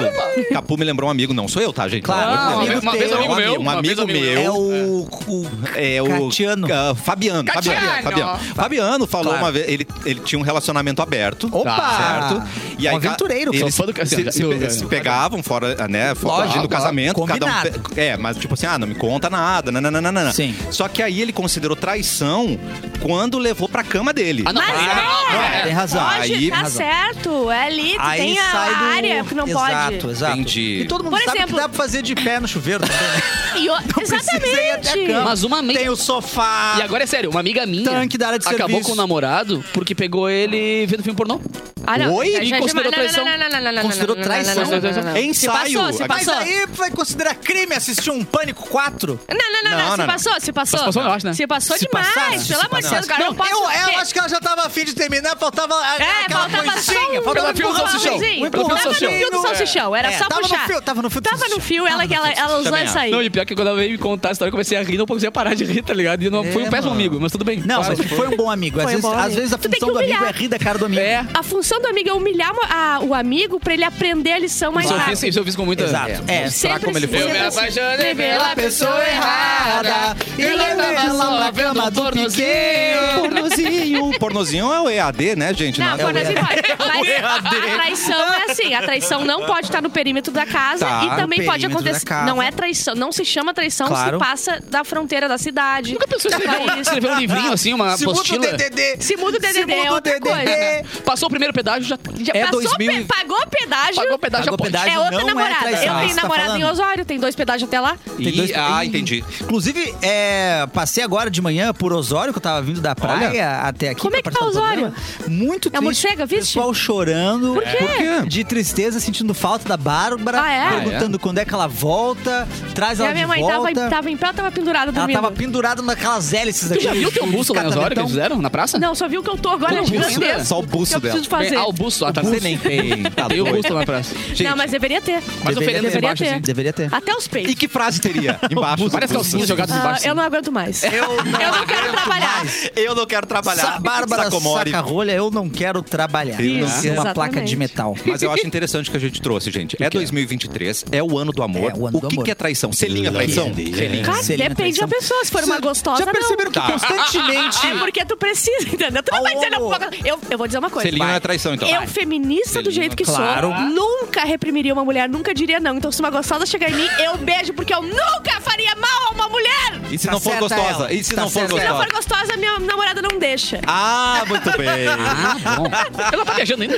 S1: Capu me lembrou um amigo, não sou eu, tá, gente?
S5: Claro,
S1: Pelo amor de
S5: não,
S1: Deus.
S5: uma vez
S1: Um
S5: amigo
S2: meu,
S1: Um
S2: uma
S1: amigo
S2: vez amigo
S1: meu.
S5: É o... o
S1: É o
S5: Catiano.
S1: Ah, Fabiano,
S2: Catiano.
S1: Fabiano, Fabiano. Fabiano falou
S5: Claro.
S1: uma vez, ele, ele tinha um relacionamento aberto. tá
S5: Opa!
S1: Certo?
S5: um
S1: ca-
S5: aventureiro.
S1: Eles
S2: Sou fã do Catiano.
S1: se, se,
S2: Eu-
S1: pe- se pegavam fora, né? Fugindo do
S5: claro.
S1: casamento. Cada um
S5: Combinado.
S1: pe- é, mas tipo assim, ah, não me conta nada. Nananana.
S5: Sim.
S1: Só que aí ele considerou traição quando levou pra cama dele.
S2: Ah, não,
S4: Mas
S2: para, não,
S4: é.
S2: para.
S5: Tem razão.
S4: Pode,
S1: Aí-
S4: tá
S5: razão.
S4: certo. É ali, tu
S5: Aí
S4: tem a
S5: sai do...
S4: área que não
S5: exato,
S4: pode.
S5: Exato,
S1: Entendi.
S5: E todo mundo
S4: Por
S5: sabe
S4: exemplo-
S5: que dá pra fazer de pé no chuveiro também, né?
S4: E o-
S5: Não precisa ir até a cama.
S4: Exatamente.
S2: Mas uma amiga-
S5: Tem o sofá.
S2: E agora é sério, uma amiga minha
S5: Tanque da área de
S2: acabou
S5: serviço.
S2: com o namorado porque pegou ele vendo filme pornô.
S4: Ah, não,
S1: Oi?
S4: já-
S2: Ele
S4: já-
S2: considerou
S4: não, não,
S2: traição?
S4: não, não, não, não, não,
S5: Considerou
S4: não, não, não, não,
S5: traição?
S4: não, não, não, não.
S1: É ensaio.
S4: passou, se
S1: Aqui-
S4: passou.
S5: Mas aí vai considerar crime assistir um Pânico 4?
S4: Não, não, não, não,
S1: Não,
S4: se
S1: não, não.
S4: passou, se passou.
S2: Se passou, eu acho, né?
S4: Se passou
S5: Se
S4: demais,
S5: passaram, se
S4: pelo amor de Deus, cara, eu não posso...
S5: eu, eu
S4: porque-
S5: acho que ela já tava afim de terminar, faltava a-
S4: É,
S5: aquela
S4: faltava só
S5: coisinha.
S4: um-
S5: faltava
S2: Pela fio do
S5: empurrar-
S2: salsichão. Pela fio
S4: empurrãozinho.
S2: do
S4: Tava no
S2: salsichão.
S4: fio do salsichão, era
S5: É,
S4: só
S5: tava
S4: puxar.
S5: No fio, tava no fio do
S4: Tava no
S5: salsichão.
S4: fio, ela, ela, ela usou
S1: Também
S4: essa aí.
S2: Não, e pior que quando ela veio me contar a história, eu comecei a rir, não comecei a parar de rir, tá ligado? E não, foi um
S5: É,
S2: péssimo
S5: mano.
S2: amigo, mas tudo bem.
S5: Não,
S2: Claro.
S5: mas foi um bom amigo. Às,
S4: Foi um
S5: vezes,
S4: bom
S5: às
S4: amigo.
S5: vezes a
S4: Tu tem que
S5: função do amigo é
S4: humilhar.
S5: rir da cara do amigo.
S2: É.
S4: A função do amigo é humilhar a- o amigo pra ele aprender a lição mais
S2: Isso eu,
S4: rápido.
S2: fiz, isso eu fiz com muita...
S5: Exato. É.
S4: Sempre
S1: como ele foi.
S4: sempre
S2: Eu me
S4: assim.
S2: apaixonei pela
S5: pessoa errada e levava ela pra cama do
S2: piquinho.
S1: Pornozinho. Pornozinho é o EAD, né, gente?
S4: Não,
S1: Nada-
S4: quando assim pode. Mas a traição é assim. A traição não pode estar no perímetro da casa
S5: Tá,
S4: e também
S5: no
S4: pode
S5: perímetro da
S4: acontecer.
S5: casa.
S4: Não é traição, não se chama traição
S5: Claro.
S4: se passa da fronteira da cidade.
S2: Nunca pensou em
S4: do
S2: escrever, um-
S4: país.
S2: escrever um livrinho assim, uma
S5: Segundo o
S2: apostila?
S5: DDD.
S4: Se muda o DDD,
S5: Segundo
S4: é outra coisa.
S2: Passou o primeiro pedágio, já...
S4: Já
S5: É
S4: passou,
S5: 2000
S4: pe- pagou pedágio.
S2: Pagou pedágio, já
S5: Pagou
S2: pode.
S5: pedágio,
S4: É outra
S5: não é
S4: namorada.
S5: traição,
S4: Eu
S5: é
S4: tenho
S5: isso que tá
S4: namorada em
S5: falando.
S4: Osório, tem dois pedágios até lá.
S1: Ih, ah, entendi.
S5: Inclusive, é, passei agora de manhã por Osório, que eu tava vindo da praia até aqui.
S4: Como é
S5: pra
S4: que tá
S5: participar do
S4: Osório?
S5: programa. Muito
S4: É
S5: triste.
S4: morcega, viste?
S5: Pessoal chorando. Por
S4: quê?
S5: De tristeza, sentindo falta da Bárbara.
S4: Ah, é?
S5: Perguntando quando é que ela volta, traz
S4: E
S5: ela
S4: a minha
S5: de
S4: mãe
S5: volta.
S4: tava, tava em pé, ela tava pendurada
S5: Ela
S4: dormindo.
S5: tava pendurada naquelas hélices
S2: Tu
S5: aqui.
S2: já viu o teu busto lá em Osório que
S5: Catavetão.
S2: eles fizeram na praça?
S4: Não, só viu que eu tô agora
S2: Não,
S4: de
S2: isso
S5: né?
S2: é
S4: grandeza.
S1: só o busto
S4: que eu preciso
S1: dela.
S4: fazer.
S5: É,
S2: Ah, o busto lá, tá
S1: Você nem
S4: é.
S1: tem. Tá
S2: Tem o
S1: doido.
S2: busto lá na praça.
S1: Gente,
S4: não, mas deveria ter.
S2: Mas
S5: Deveria
S2: oferenda
S5: ter,
S2: embaixo,
S4: deveria
S2: assim.
S5: Deveria ter.
S4: Até os
S1: E
S4: peitos.
S1: que frase teria embaixo?
S2: Várias
S1: do busto?
S2: calcinhas jogadas
S4: Ah,
S2: embaixo.
S4: eu não aguento mais.
S5: Eu não,
S4: Eu não quero
S5: É. aguento
S4: trabalhar.
S5: mais.
S1: Eu não quero trabalhar.
S5: Sa Bárbara
S1: Sacomori.
S5: Saca-rolha, eu não quero trabalhar.
S1: Eu não
S5: Isso,
S1: quero.
S5: uma placa de
S4: Exatamente.
S5: metal.
S1: Mas eu acho interessante o que a gente trouxe, gente. É 2023, é o ano do amor.
S5: É o ano
S1: o
S5: do
S1: que,
S5: amor.
S1: que é traição? Selinho é traição? Selinho.
S4: Cara,
S5: Selinha
S4: depende
S5: traição.
S4: da pessoa. Se for uma
S5: Cê-
S4: gostosa,
S5: Já perceberam que
S1: Tá.
S5: constantemente...
S4: não. É porque tu precisa, entendeu? Tu não
S5: Ao
S4: vai dizer...
S5: longo-
S4: não, Eu, eu vou dizer uma coisa.
S1: Selinho não é traição, então.
S4: Eu, feminista do jeito que
S5: claro.
S4: sou, nunca reprimiria uma mulher, nunca diria não. Então, se uma gostosa chegar em mim, eu beijo, porque eu nunca faria mal a uma mulher!
S1: E se
S5: Tá
S1: não for
S5: certa
S1: gostosa?
S5: ela.
S1: E se
S5: Tá
S1: não for
S5: certa
S4: Se não
S1: gostosa?
S4: for gostosa, minha namorada não deixa.
S1: Ah, muito bem.
S2: Ah, bom. Ela tá viajando ainda.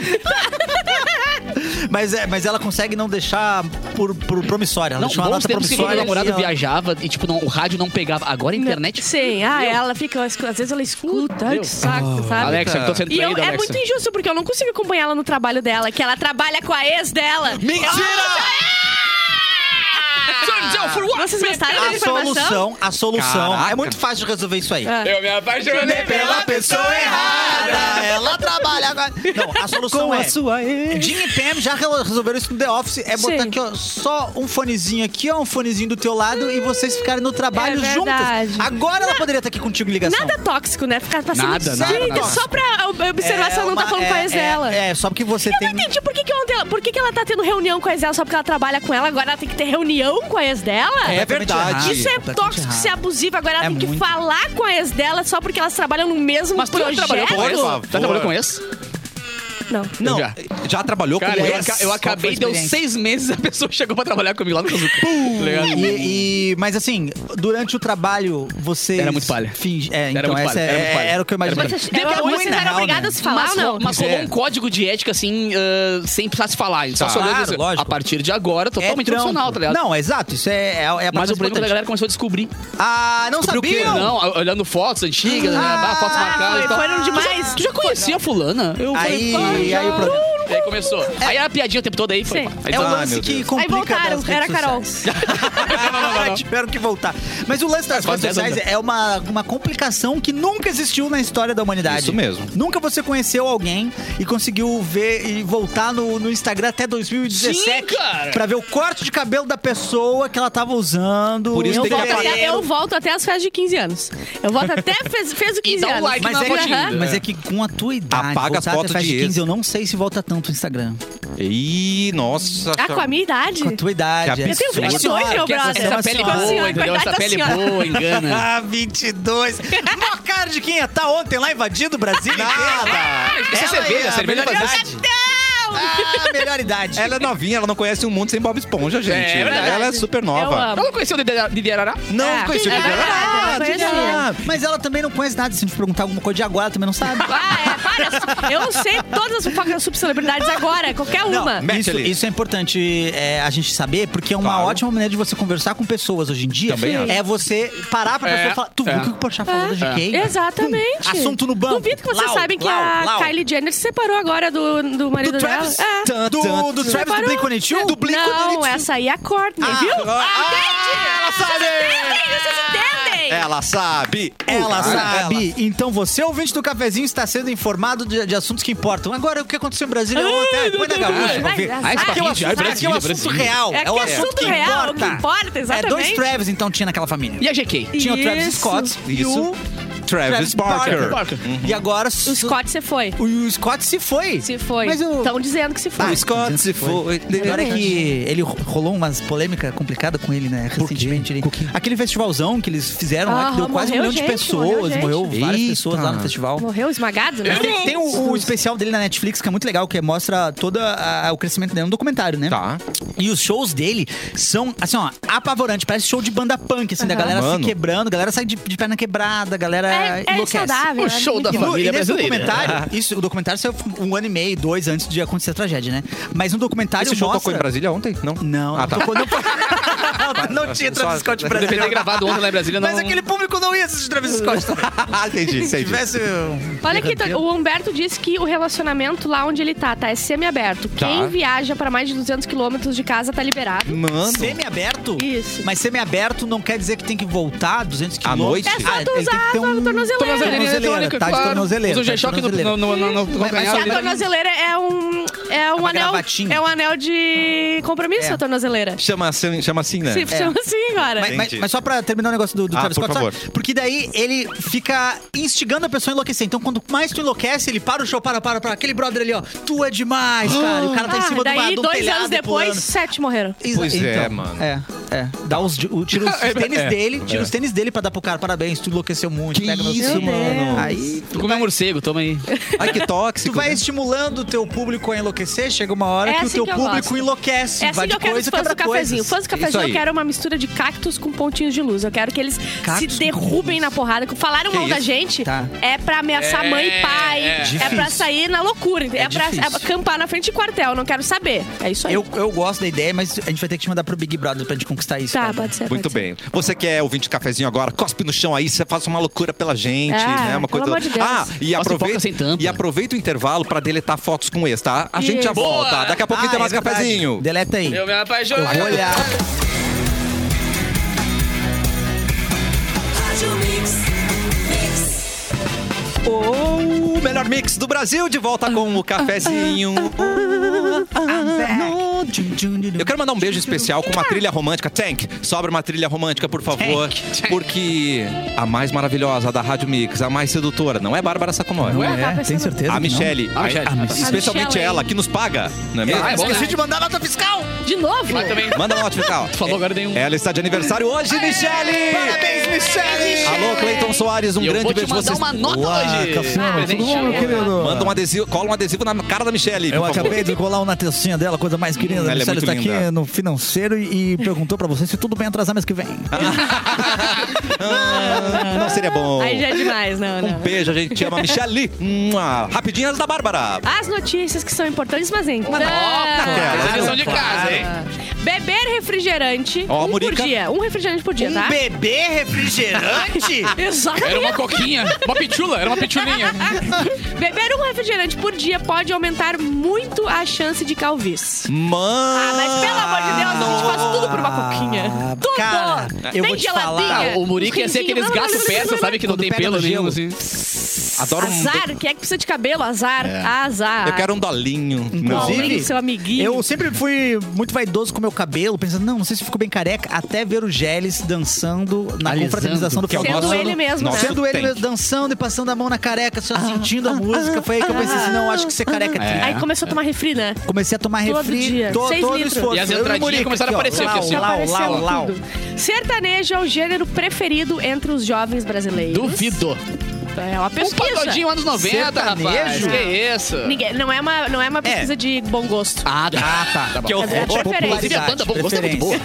S5: Mas, é, mas ela consegue não deixar por, por promissória. Ela
S2: Não,
S5: deixou uma
S2: bons
S5: data
S2: tempos que quando o
S5: promissória.
S2: namorado
S5: e ela-
S2: viajava e, tipo, não, o rádio não pegava. Agora a internet...
S4: Sim, ah, ela fica, às vezes ela escuta, ai, que
S2: Deus.
S4: saco, sabe?
S2: Alexa, tô sendo
S4: E eu,
S2: traído,
S4: é
S2: Alexa.
S4: muito injusto, porque eu não consigo acompanhar ela no trabalho dela, que ela trabalha com a ex dela. Ah!
S1: Mentira!
S4: Vocês gostaram da
S5: A
S4: informação?
S5: solução, a solução.
S1: Caraca.
S5: É muito fácil de resolver isso aí.
S4: É.
S2: Eu me apaixonei
S5: Pela pessoa errada, ela trabalha agora. Não, a solução
S6: Com
S5: é.
S6: a sua ex.
S5: Jim e Pam já relo- resolveram isso no The Office. É botar
S4: Sim.
S5: aqui, ó, só um fonezinho aqui, ó, um fonezinho do teu lado e vocês ficarem no trabalho
S4: É verdade.
S5: juntas. Agora ela poderia estar aqui contigo em ligação.
S4: Nada tóxico, né? Ficar passando
S2: Nada, nada,
S4: Gente,
S2: nada.
S4: só pra observar se ela não tá
S5: uma-
S4: falando com a ex
S5: é,
S4: dela.
S5: É, só porque você
S4: Eu
S5: tem.
S4: não entendi por que, que ontem ela, por que, que ela tá tendo reunião com a ex dela só porque ela trabalha com ela, agora ela tem que ter reunião com a ex dela?
S1: É verdade.
S4: Isso é
S5: Ah, completamente
S4: tóxico, isso é
S5: errado.
S4: abusivo. Agora ela
S5: É
S4: tem que
S5: muito.
S4: falar com a ex dela só porque elas trabalham no mesmo
S2: Mas tu já
S4: projeto.
S2: trabalhou com
S1: Por
S2: esse?
S1: favor.
S2: Já trabalhou com esse?
S4: Não.
S1: Não, já,
S2: Já.
S1: trabalhou
S2: Cara,
S1: com
S2: eu,
S1: ex?
S2: aca- eu acabei,
S5: Qual foi a
S2: deu
S5: experiência?
S2: seis meses a pessoa chegou pra trabalhar comigo lá no Kazuca. Tá ligado?
S5: E, e- mas assim, durante o trabalho, você.
S2: Era muito palha. Era
S5: É, então,
S2: muito
S5: essa
S2: palha,
S5: é-
S2: era
S5: era,
S2: muito palha.
S5: o que eu imaginei.
S2: Era muito
S5: Deve
S4: Era
S5: ter
S4: ruim,
S5: ruim,
S4: vocês
S5: na
S4: eram
S5: real, né?
S4: obrigados a falar
S2: mas,
S4: ou não?
S2: ro- mas
S5: Pois
S2: rolou
S5: é.
S2: um código de ética, assim, ah, sem precisar se falar. Ele só
S1: Tá.
S2: se olhou e
S5: Claro,
S2: disse,
S5: lógico.
S2: A partir de agora, totalmente
S5: trampo.
S2: profissional, tá ligado?
S5: é Não, exato. Isso é, é, é a
S2: mas
S5: parte
S2: o problema é que a
S5: importante.
S2: galera começou a descobrir.
S5: Ah, não
S2: Descobriu
S5: sabiam?
S2: Não, olhando fotos antigas, né? Ah, fotos marcadas e tal.
S4: foram demais.
S2: Tu já conhecia a fulana? Eu
S5: Aí,
S2: falei, "Ah, já."
S5: aí o problema.
S2: E aí começou. Aí era a piadinha o tempo todo aí. Foi,
S4: Sim.
S2: Aí
S5: É o
S1: Ah,
S5: lance
S1: meu
S5: que
S1: Deus.
S5: complica
S4: Aí voltaram,
S5: das redes
S4: era a Carol.
S5: sociais. Ah, Tiveram que voltar. Mas o lance das
S2: Faz
S5: redes
S2: dez
S5: sociais é uma, uma complicação que nunca existiu na história da humanidade.
S1: Isso mesmo.
S5: Nunca você conheceu alguém e conseguiu ver e voltar no, no Instagram até 2017
S2: Sim, cara!
S5: pra ver o corte de cabelo da pessoa que ela tava usando.
S1: Por isso
S5: em
S1: tem que
S4: Volto
S5: fevereiro.
S4: até- eu volto até as festas de 15 anos. Eu volto até fez, fez o 15
S2: dá um
S4: anos.
S2: like
S5: Mas
S2: na
S5: é, que,
S2: fotinha.
S4: Aham.
S5: mas é que com a tua idade,
S1: Apaga
S5: voltar
S1: a foto
S5: até festa
S1: de
S5: de
S1: ex.
S5: 15, eu não sei se volta tanto o Instagram.
S1: Ih, nossa.
S4: Ah, com a minha idade?
S5: Com a tua idade.
S1: Que
S5: é.
S4: Eu tenho
S1: Sim.
S4: 22,
S5: Senhora,
S4: meu
S5: que
S4: brother.
S5: são
S2: Essa
S5: as
S2: pele
S5: senhoras.
S2: boa, entendeu? Essa
S4: Coitada
S2: pele
S4: senhora.
S2: boa, engana.
S5: Ah, 22. Mó cara de quem ia tá ontem lá invadindo o Brasil. Nada.
S2: Isso é cerveja, cerveja
S5: melhor
S2: faz
S5: idade. Ah, melhor idade.
S1: Ela é novinha, ela não conhece o mundo sem Bob Esponja, gente.
S2: É verdade.
S1: ela é super nova.
S4: Eu amo.
S2: Ela não conheceu o Didi- Didi Arará?
S1: Não
S4: É.
S1: conheci o
S4: É
S1: Didi Arará.
S4: verdade, ela
S5: Ah,
S4: conhecia.
S5: Diana. Mas ela também não conhece nada. Se nos perguntar alguma coisa de agora, ela também não sabe.
S4: Ah, é, para. Eu sei todas as fofocas subcelebridades agora, qualquer
S5: Não,
S4: uma.
S1: Mete
S5: isso,
S1: ali.
S5: isso é importante é, a gente saber, porque é uma
S1: Claro.
S5: ótima maneira de você conversar com pessoas hoje em dia.
S1: Também acho.
S5: é você parar pra
S2: É,
S5: pessoa e falar, tu viu
S2: é.
S5: o que o Porchat falou da GK?
S4: Exatamente.
S5: Hum, assunto no banco.
S4: Duvido que vocês
S5: Lau,
S4: sabem que a
S5: lau, lau.
S4: Kylie Jenner se separou agora do, do marido
S5: Do
S4: dela.
S5: Travis? Do,
S4: É.
S5: do, Travis do
S4: Separou.
S5: Blink-182? Do
S4: Não,
S5: Blink-182.
S4: essa aí é a Courtney, viu?
S1: Ah, ela
S4: Entendem?
S1: sabe!
S4: Vocês
S5: É,
S4: entendem? É
S1: Ela sabe!
S5: Ela
S1: Ah,
S5: sabe. Então você, ouvinte do cafezinho, está sendo informado de, de assuntos que importam. Agora, o que aconteceu em Brasília ontem? Põe na gaúcha. vamos ver.
S4: Ai,
S5: Aqui é o
S2: ai,
S1: um
S5: assunto, aqui é o
S2: Brasília,
S5: assunto
S2: Brasília.
S5: real.
S4: É
S5: o
S4: que é
S5: assunto
S4: assunto
S5: que
S4: real,
S5: importa.
S4: o que importa,
S5: É dois
S4: exatamente.
S5: Travis, então, tinha naquela família.
S2: E a GK?
S5: Tinha o Travis
S4: Isso.
S5: Scott e
S1: Isso.
S5: o Uhum.
S1: Travis, Barker.
S2: Barker.
S5: E agora
S4: O Scott se foi.
S5: O Scott se foi.
S4: Se foi.
S5: Mas o...
S4: Estão dizendo que se
S5: Ah,
S4: foi.
S1: O Scott se foi.
S5: Agora é que ele ro- rolou umas polêmicas complicadas com ele, né? Recentemente. Ele... Aquele festivalzão que eles fizeram lá,
S4: Ah,
S5: que deu quase um
S4: morreu
S5: milhão de
S4: gente,
S5: pessoas.
S4: morreu
S5: Morreu, várias
S1: Eita.
S5: pessoas lá no festival.
S4: Morreu esmagado, né?
S5: Mas Tem, um, tem o, o especial dele na Netflix, que é muito legal, que mostra todo o crescimento dele no documentário, né?
S1: Tá.
S5: E os shows dele são, assim, ó, apavorante. Parece show de banda punk, assim, da galera
S1: Mano.
S5: se quebrando, a galera sai de, de perna quebrada, a galera
S4: É, é
S5: enlouquece.
S4: saudável.
S2: O
S4: é
S2: show da
S5: E, no,
S2: família
S5: e nesse
S2: brasileira.
S5: documentário, isso, o documentário saiu um ano e meio, dois antes de acontecer a tragédia, né? Mas no documentário
S1: Esse show tocou
S5: mostra...
S1: em Brasília ontem? Não.
S5: Não,
S1: Ah, tá.
S5: tocou- não, não, não tinha Travis Scott
S2: Deve ter
S5: brasileiro.
S2: gravado ontem lá em Brasília.
S5: Mas
S2: não-
S5: aquele público não ia assistir Travis Scott.
S1: Ah, entendi,
S5: Se
S1: entendi.
S5: tivesse... um-
S4: Olha aqui, Tony, o Humberto disse que o relacionamento lá onde ele tá, tá, é semi-aberto.
S1: Tá.
S4: Quem viaja pra mais de 200 quilômetros de casa tá liberado.
S1: Mano.
S5: Semi-aberto?
S4: Isso.
S5: Mas semi-aberto não quer dizer que tem que voltar 200
S1: À noite?
S5: quilômetros. Ah,
S1: É
S4: só tu
S5: ele tem que
S4: usar
S5: ter um
S4: a tornozeleira.
S5: Tornozeleira,
S2: É. Tornozeleira eletrônica,
S5: tá de
S2: claro.
S5: tornozeleira.
S2: Usa o
S5: tá de
S2: G-Shock no-
S5: tornozeleira.
S2: no no- no- no
S5: Mas- mas
S4: Mas
S2: calcanhar.
S4: a
S2: ali.
S4: tornozeleira é um... É um
S5: uma
S4: anel.
S5: gravatinha.
S4: É um anel de compromisso,
S5: É.
S4: a tornozeleira.
S1: Chama assim, chama assim né?
S4: Se chama assim agora.
S5: Mas, mas-
S1: Entendi.
S5: mas só pra terminar o negócio do, do
S1: Ah,
S5: Travis
S1: por
S5: Scott, só-
S1: favor.
S5: porque daí ele fica instigando a pessoa a enlouquecer. Então, quanto mais tu enlouquece, ele para o show, para, para, para. Aquele brother ali, ó, tu é demais, cara. E o cara tá em cima
S4: Ah,
S5: do
S4: daí,
S5: do
S4: dois
S5: telhado
S4: anos
S5: e
S4: depois,
S5: pulando.
S4: sete morreram.
S5: Exa-
S1: Pois é, mano.
S5: É, é. Dá os, o- tira os tênis
S1: é.
S5: dele, tira os tênis dele pra dar pro cara, parabéns, tu enlouqueceu muito.
S1: Que
S5: pega no-
S1: isso, Meu mano. Deus.
S5: Aí
S2: Tu comeu morcego, toma aí.
S1: Ai, que
S5: Tu
S1: tóxico.
S5: vai
S1: né?
S5: estimulando o teu público a enlouquecer, chega uma hora
S4: É
S5: que
S4: assim
S5: o teu
S4: que eu
S5: público
S4: gosto.
S5: enlouquece.
S4: É assim
S5: vai
S4: que
S5: de
S4: eu quero
S5: coisa,
S4: os
S5: É
S4: fãs do
S5: quebra coisas.
S4: cafezinho. Fãs do
S1: Isso
S4: cafezinho,
S1: aí.
S4: eu quero uma mistura de cactos com pontinhos de luz. Eu quero que eles
S5: Cactos com
S4: se derrubem na porrada. Falaram
S1: Que
S4: mal da
S1: isso?
S4: gente.
S5: Tá.
S4: É pra ameaçar
S2: É,
S4: mãe e pai.
S2: é.
S4: É,
S5: Difícil.
S4: pra sair na loucura. É, pra
S5: difícil.
S4: acampar na frente de quartel. Não quero saber. É isso aí.
S5: Eu, eu gosto da ideia, mas a gente vai ter que te mandar pro Big Brother pra gente conquistar isso.
S4: Tá,
S5: cara.
S4: pode ser.
S1: Muito
S4: pode ser.
S1: bem. Você quer ouvir de cafezinho agora? Cospe no chão aí, você faça uma loucura pela gente,
S4: Ah,
S1: né? Uma
S4: pelo
S1: coisa.
S4: amor de Deus.
S1: Ah, e
S2: Nossa, pipoca
S1: aproveita,
S2: sem tampa.
S1: e aproveita o intervalo pra deletar fotos com ex, tá? A gente já
S4: Isso.
S1: volta. Daqui a pouquinho
S5: Ah,
S1: tem mais
S5: é verdade.
S1: cafezinho.
S5: Deleta aí.
S2: me
S5: Eu
S2: apaixonei.
S5: vou olhar.
S1: O melhor mix do Brasil de volta com o cafezinho. Eu quero mandar um beijo especial com uma trilha romântica. Tank, sobra uma trilha romântica, por favor. Porque a mais maravilhosa da Rádio Mix, a mais sedutora, não é Bárbara Sacomori.
S4: Eu tava
S5: É, tem
S4: pensando-
S5: certeza?
S1: A
S5: que não?
S1: Michelle.
S2: A Michelle.
S1: A- a- Especialmente
S4: Michelle.
S1: ela, que nos paga. Não é mesmo?
S2: Ah, é bom, né?
S5: de mandar nota fiscal!
S4: De novo?
S2: Mas também.
S1: Manda um uma notificação.
S2: Tu falou agora um. nenhum.
S1: Ela está É de aniversário hoje, Michele!
S5: Parabéns, Michelle!
S1: Alô, Cleiton Soares, um
S2: E eu
S1: grande
S2: vou te
S1: beijo.
S2: mandar
S1: Vocês-
S2: uma nota hoje.
S4: Ah,
S5: Cassiano,
S2: Presente.
S5: tudo bom, meu querido?
S1: Manda um adesivo, cola um adesivo na cara da Michele,
S5: Eu
S1: por favor.
S5: acabei de colar um na tecinha dela, coisa mais querida.
S1: ela
S5: a
S1: é
S5: Michelle
S1: muito
S5: está
S1: linda.
S5: aqui no financeiro e, e perguntou pra você se tudo bem atrasar mês que vem.
S1: Ah, não seria
S5: Oh.
S1: bom.
S4: Aí já é demais, não,
S1: Um
S4: não.
S1: beijo, a gente te ama, Michele. Mua. Rapidinhas da Bárbara.
S4: As notícias que são importantes, mas em.
S2: tá Ah,
S1: naquela.
S2: Vocês são de casa, hein?
S4: Beber refrigerante
S1: Ó, a
S4: um por
S1: Murica.
S4: dia. Um refrigerante por dia, tá?
S5: bebê refrigerante?
S4: Exatamente.
S2: Era uma coquinha, uma pitula, era uma pitulinha.
S4: Beber um refrigerante por dia pode aumentar muito a chance de calvície.
S1: Mano.
S4: Ah, mas pelo amor de Deus, a gente faz tudo por uma coquinha. Tudo!
S5: Ah, cara, eu
S4: Nem
S5: vou te
S4: geladinha.
S5: falar.
S2: Ah, O Murica ia ser
S4: Quinzinho.
S2: aqueles gatos persa, sabe? Que não
S5: Quando
S2: tem
S5: pega
S2: pelo
S5: no
S2: nenhum,
S5: gelo.
S2: assim.
S1: Adoro um.
S4: Azar, quem é que precisa de cabelo? Azar, azar.
S1: Eu quero um dolinho.
S4: Não,
S1: Não, né?
S5: Inclusive,
S4: seu amiguinho.
S5: Eu sempre fui muito vaidoso com meu cabelo, pensando, não, não sei se ficou bem careca, até ver o Geles dançando na
S2: Alisando.
S5: confraternização do
S1: Que é o
S5: final
S4: Sendo
S5: do
S1: nosso-
S4: ele mesmo,
S1: nosso
S4: né?
S5: Sendo ele
S1: tank.
S5: mesmo dançando e passando a mão na careca,
S2: Ah.
S5: só sentindo a música, foi aí que eu pensei assim, não, acho que ser careca é
S2: É.
S5: triste.
S4: Aí começou a tomar refri, né?
S5: Comecei a tomar
S4: Todo
S5: refri,
S4: dia.
S5: to-
S4: Seis
S5: todo
S4: litros.
S5: esforço.
S2: E as
S5: Eu o
S2: entradinhas
S5: Murica
S2: começaram a
S5: aqui, ó,
S2: aparecer,
S5: lau,
S2: assim, ó.
S5: lau,
S4: Apareceu
S5: lau, lau.
S4: tudo. Sertanejo é o gênero preferido entre os jovens brasileiros.
S2: Duvido.
S4: É uma
S2: Um
S4: pesquisa.
S2: pagodinho anos 90, rapaz.
S5: Sertanejo?
S2: Que isso?
S4: Ninguém, não, é uma, não é uma pesquisa de bom gosto.
S2: Ah,
S5: Ah,
S2: tá.
S5: tá.
S2: Que eu...
S4: É preferência.
S2: Inclusive, a banda Bom Gosto é muito boa.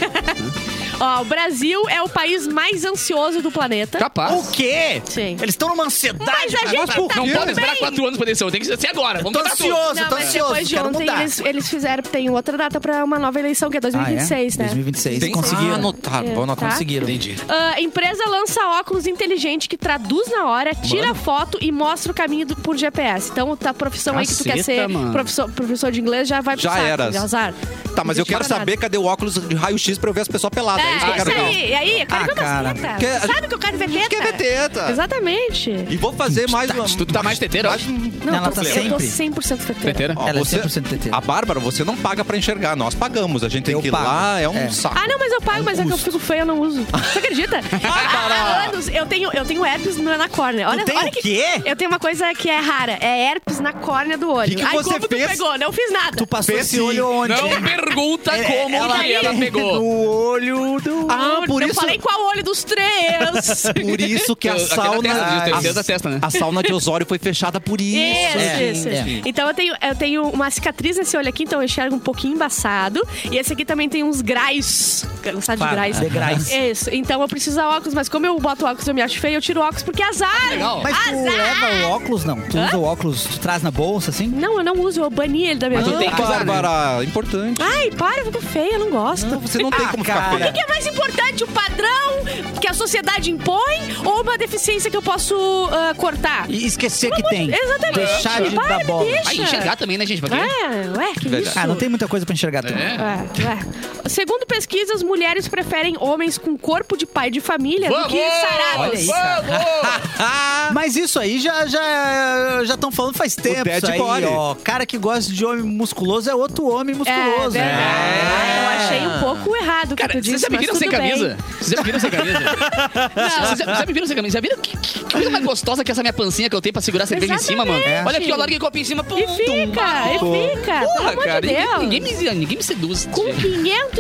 S4: Ó, o Brasil é o país mais ansioso do planeta.
S2: Capaz.
S5: O quê?
S4: Sim.
S5: Eles estão numa ansiedade.
S4: Mas a
S5: cara.
S4: gente
S5: Mas
S4: tá
S5: por
S2: Não
S5: quê?
S2: pode esperar quatro anos pra eleição. Tem que ser agora. Vamos
S5: Tô
S2: botar tudo.
S5: ansioso,
S4: Não,
S5: tô
S4: mas
S5: ansioso,
S4: depois de
S5: quero
S4: ontem
S5: mudar.
S4: eles, eles fizeram, tem outra data pra uma nova eleição, que é
S5: Ah, é?
S4: 2026, né?
S5: 2026.
S1: Tem- Ah,
S5: Conseguiram.
S1: anotaram.
S4: É,
S1: Vou anotar.
S4: tá.
S5: Conseguiram.
S4: Ah, empresa lança óculos inteligente que traduz na hora, tira foto e mostra o caminho do- por GPS. Então, tá a profissão aí que tu quer
S2: Caceta,
S4: ser
S2: mano.
S4: professor, professor de inglês já vai pro
S1: Já
S4: saco,
S1: eras.
S4: de azar.
S1: Tá, mas eu quero
S4: Não
S1: saber cadê o óculos de raio-x pra eu ver as pessoas peladas. É, isso que eu
S4: É,
S1: quero
S4: isso
S1: ver.
S4: aí. E aí, eu quero
S5: Ah,
S4: ver umas
S5: cara.
S4: tetas.
S1: Quer-
S4: Tu Sabe que eu quero ver teta?
S1: Quer ver teta?
S4: Exatamente.
S1: E vou fazer mais uma.
S2: Tu tá mais teteira
S1: mais
S2: hoje?
S1: um-
S4: Não,
S5: Ela
S4: eu tô,
S5: tá
S4: eu tô
S5: sempre.
S4: 100% teteira.
S2: Teteira?
S1: Ó,
S5: Ela é 100% teteira.
S1: A Bárbara, você não paga pra enxergar. Nós pagamos. A gente tem
S5: Eu
S1: que ir
S5: pago.
S1: lá. É um
S5: É.
S1: saco.
S4: Ah, não, mas eu pago, mas é que eu fico feia, eu não uso. Você acredita? há, há anos eu tenho, eu tenho herpes na, na córnea. Olha,
S5: tem
S4: olha
S5: o
S4: que-
S5: quê?
S4: Eu tenho uma coisa que é rara. É herpes na córnea do olho.
S1: Que que
S4: Ai,
S1: você
S4: como
S1: fez?
S4: tu pegou? Não fiz nada.
S5: Tu passou
S1: Fez
S5: esse
S1: sim.
S5: olho onde?
S2: Não pergunta
S5: É,
S2: como que ela pegou.
S5: No olho do...
S1: Ah, por
S4: eu
S1: isso-
S4: falei qual olho dos três.
S1: Por isso que a
S2: Aqui na
S1: sauna.
S2: testa,
S1: a-
S2: Dias, tem que ser da testa, né?
S1: A sauna de Osório foi fechada por isso. né?
S4: Isso,
S5: É,
S4: isso.
S5: é.
S4: Então eu tenho, eu tenho uma cicatriz nesse olho aqui, então eu enxergo um pouquinho embaçado. E esse aqui também tem uns grais. Cansado de
S5: Para,
S4: grais.
S5: degraus.
S4: Isso. Então eu preciso usar óculos, mas como eu boto óculos, eu me acho feia, eu tiro óculos porque é azar.
S2: Legal.
S5: Mas tu leva o óculos, não? Tu usa o óculos, tu traz na bolsa, assim?
S4: Não, eu não uso, eu bani ele da minha
S2: Mas tu
S4: vida.
S2: tem que usar, né?
S1: Bárbara, importante.
S4: Ah, Ai, para, eu fico feia, eu não gosto.
S1: Você não tem
S5: Ah,
S1: como
S5: cara.
S1: ficar
S4: O
S1: feia.
S4: que é mais importante? O padrão que a sociedade impõe ou uma deficiência que eu posso ah, cortar?
S5: E esquecer que
S4: Pelo
S5: tem.
S4: amor de- Exatamente.
S5: Deixar de
S4: Para,
S5: dar bola.
S4: deixa.
S2: Vai enxergar também, né, gente? Pra quê?
S4: É, ué, que
S1: Verdade.
S4: isso?
S5: Ah, não tem muita coisa pra enxergar também.
S2: É.
S4: Ué, ué. Segundo pesquisas, mulheres preferem homens com corpo de pai de família do que
S2: Vamos!
S4: sarados.
S2: Vamos!
S5: Ah, Mas isso aí já já já estão falando faz tempo.
S1: dead
S5: isso aí,
S1: body.
S5: ó. Cara que gosta de homem musculoso é outro homem
S4: É,
S5: musculoso. né?
S4: verdade. Eu achei um pouco errado o que
S2: Cara,
S4: tu disse,
S2: vocês já me
S4: mas
S2: viram sem
S4: tudo bem.
S2: camisa? Vocês já me viram sem camisa? Vocês já- já me viram sem camisa? Já viram que, que que coisa mais gostosa que essa minha pancinha que eu tenho pra segurar a cerveja em cima, mano?
S4: Exatamente.
S2: Olha aqui, eu larguei o copinho em cima. Pum,
S4: E fica, e fica, pelo
S2: Porra,
S4: amor
S2: cara,
S4: de Deus.
S2: ninguém, ninguém me, ninguém me seduz.
S4: Com
S2: de-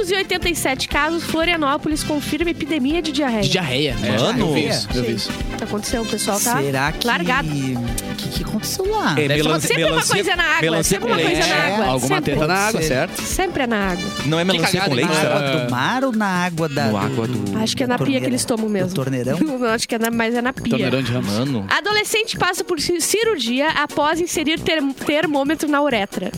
S4: 587 casos, Florianópolis confirma epidemia de diarreia.
S2: de diarreia.
S1: Mano.
S2: eu vi isso, eu vi isso.
S4: Aconteceu, o pessoal tá
S5: Será que
S4: largado.
S5: O que, que aconteceu lá?
S1: É,
S2: Deve ser uma-
S1: melancia-
S4: Sempre é uma
S1: melancia-
S4: coisa na água,
S1: melancia com
S4: sempre uma coisa
S1: leite.
S4: na água.
S2: É, Alguma
S4: sempre.
S2: teta na água,
S5: Sim.
S2: certo?
S4: Sempre é na água.
S1: Não é melancia
S2: cagada,
S1: com leite,
S2: hein?
S5: Na
S1: será?
S5: água do mar ou na água da.
S1: No
S5: do-
S1: água do-
S4: Acho que é na
S5: do
S4: pia que
S5: torneira-
S4: eles tomam mesmo.
S5: Do torneirão?
S4: Não, acho que é na, mas é na pia.
S2: Torneirão de Ramos.
S1: Mano.
S4: Adolescente passa por ci- cirurgia após inserir term- termômetro na uretra.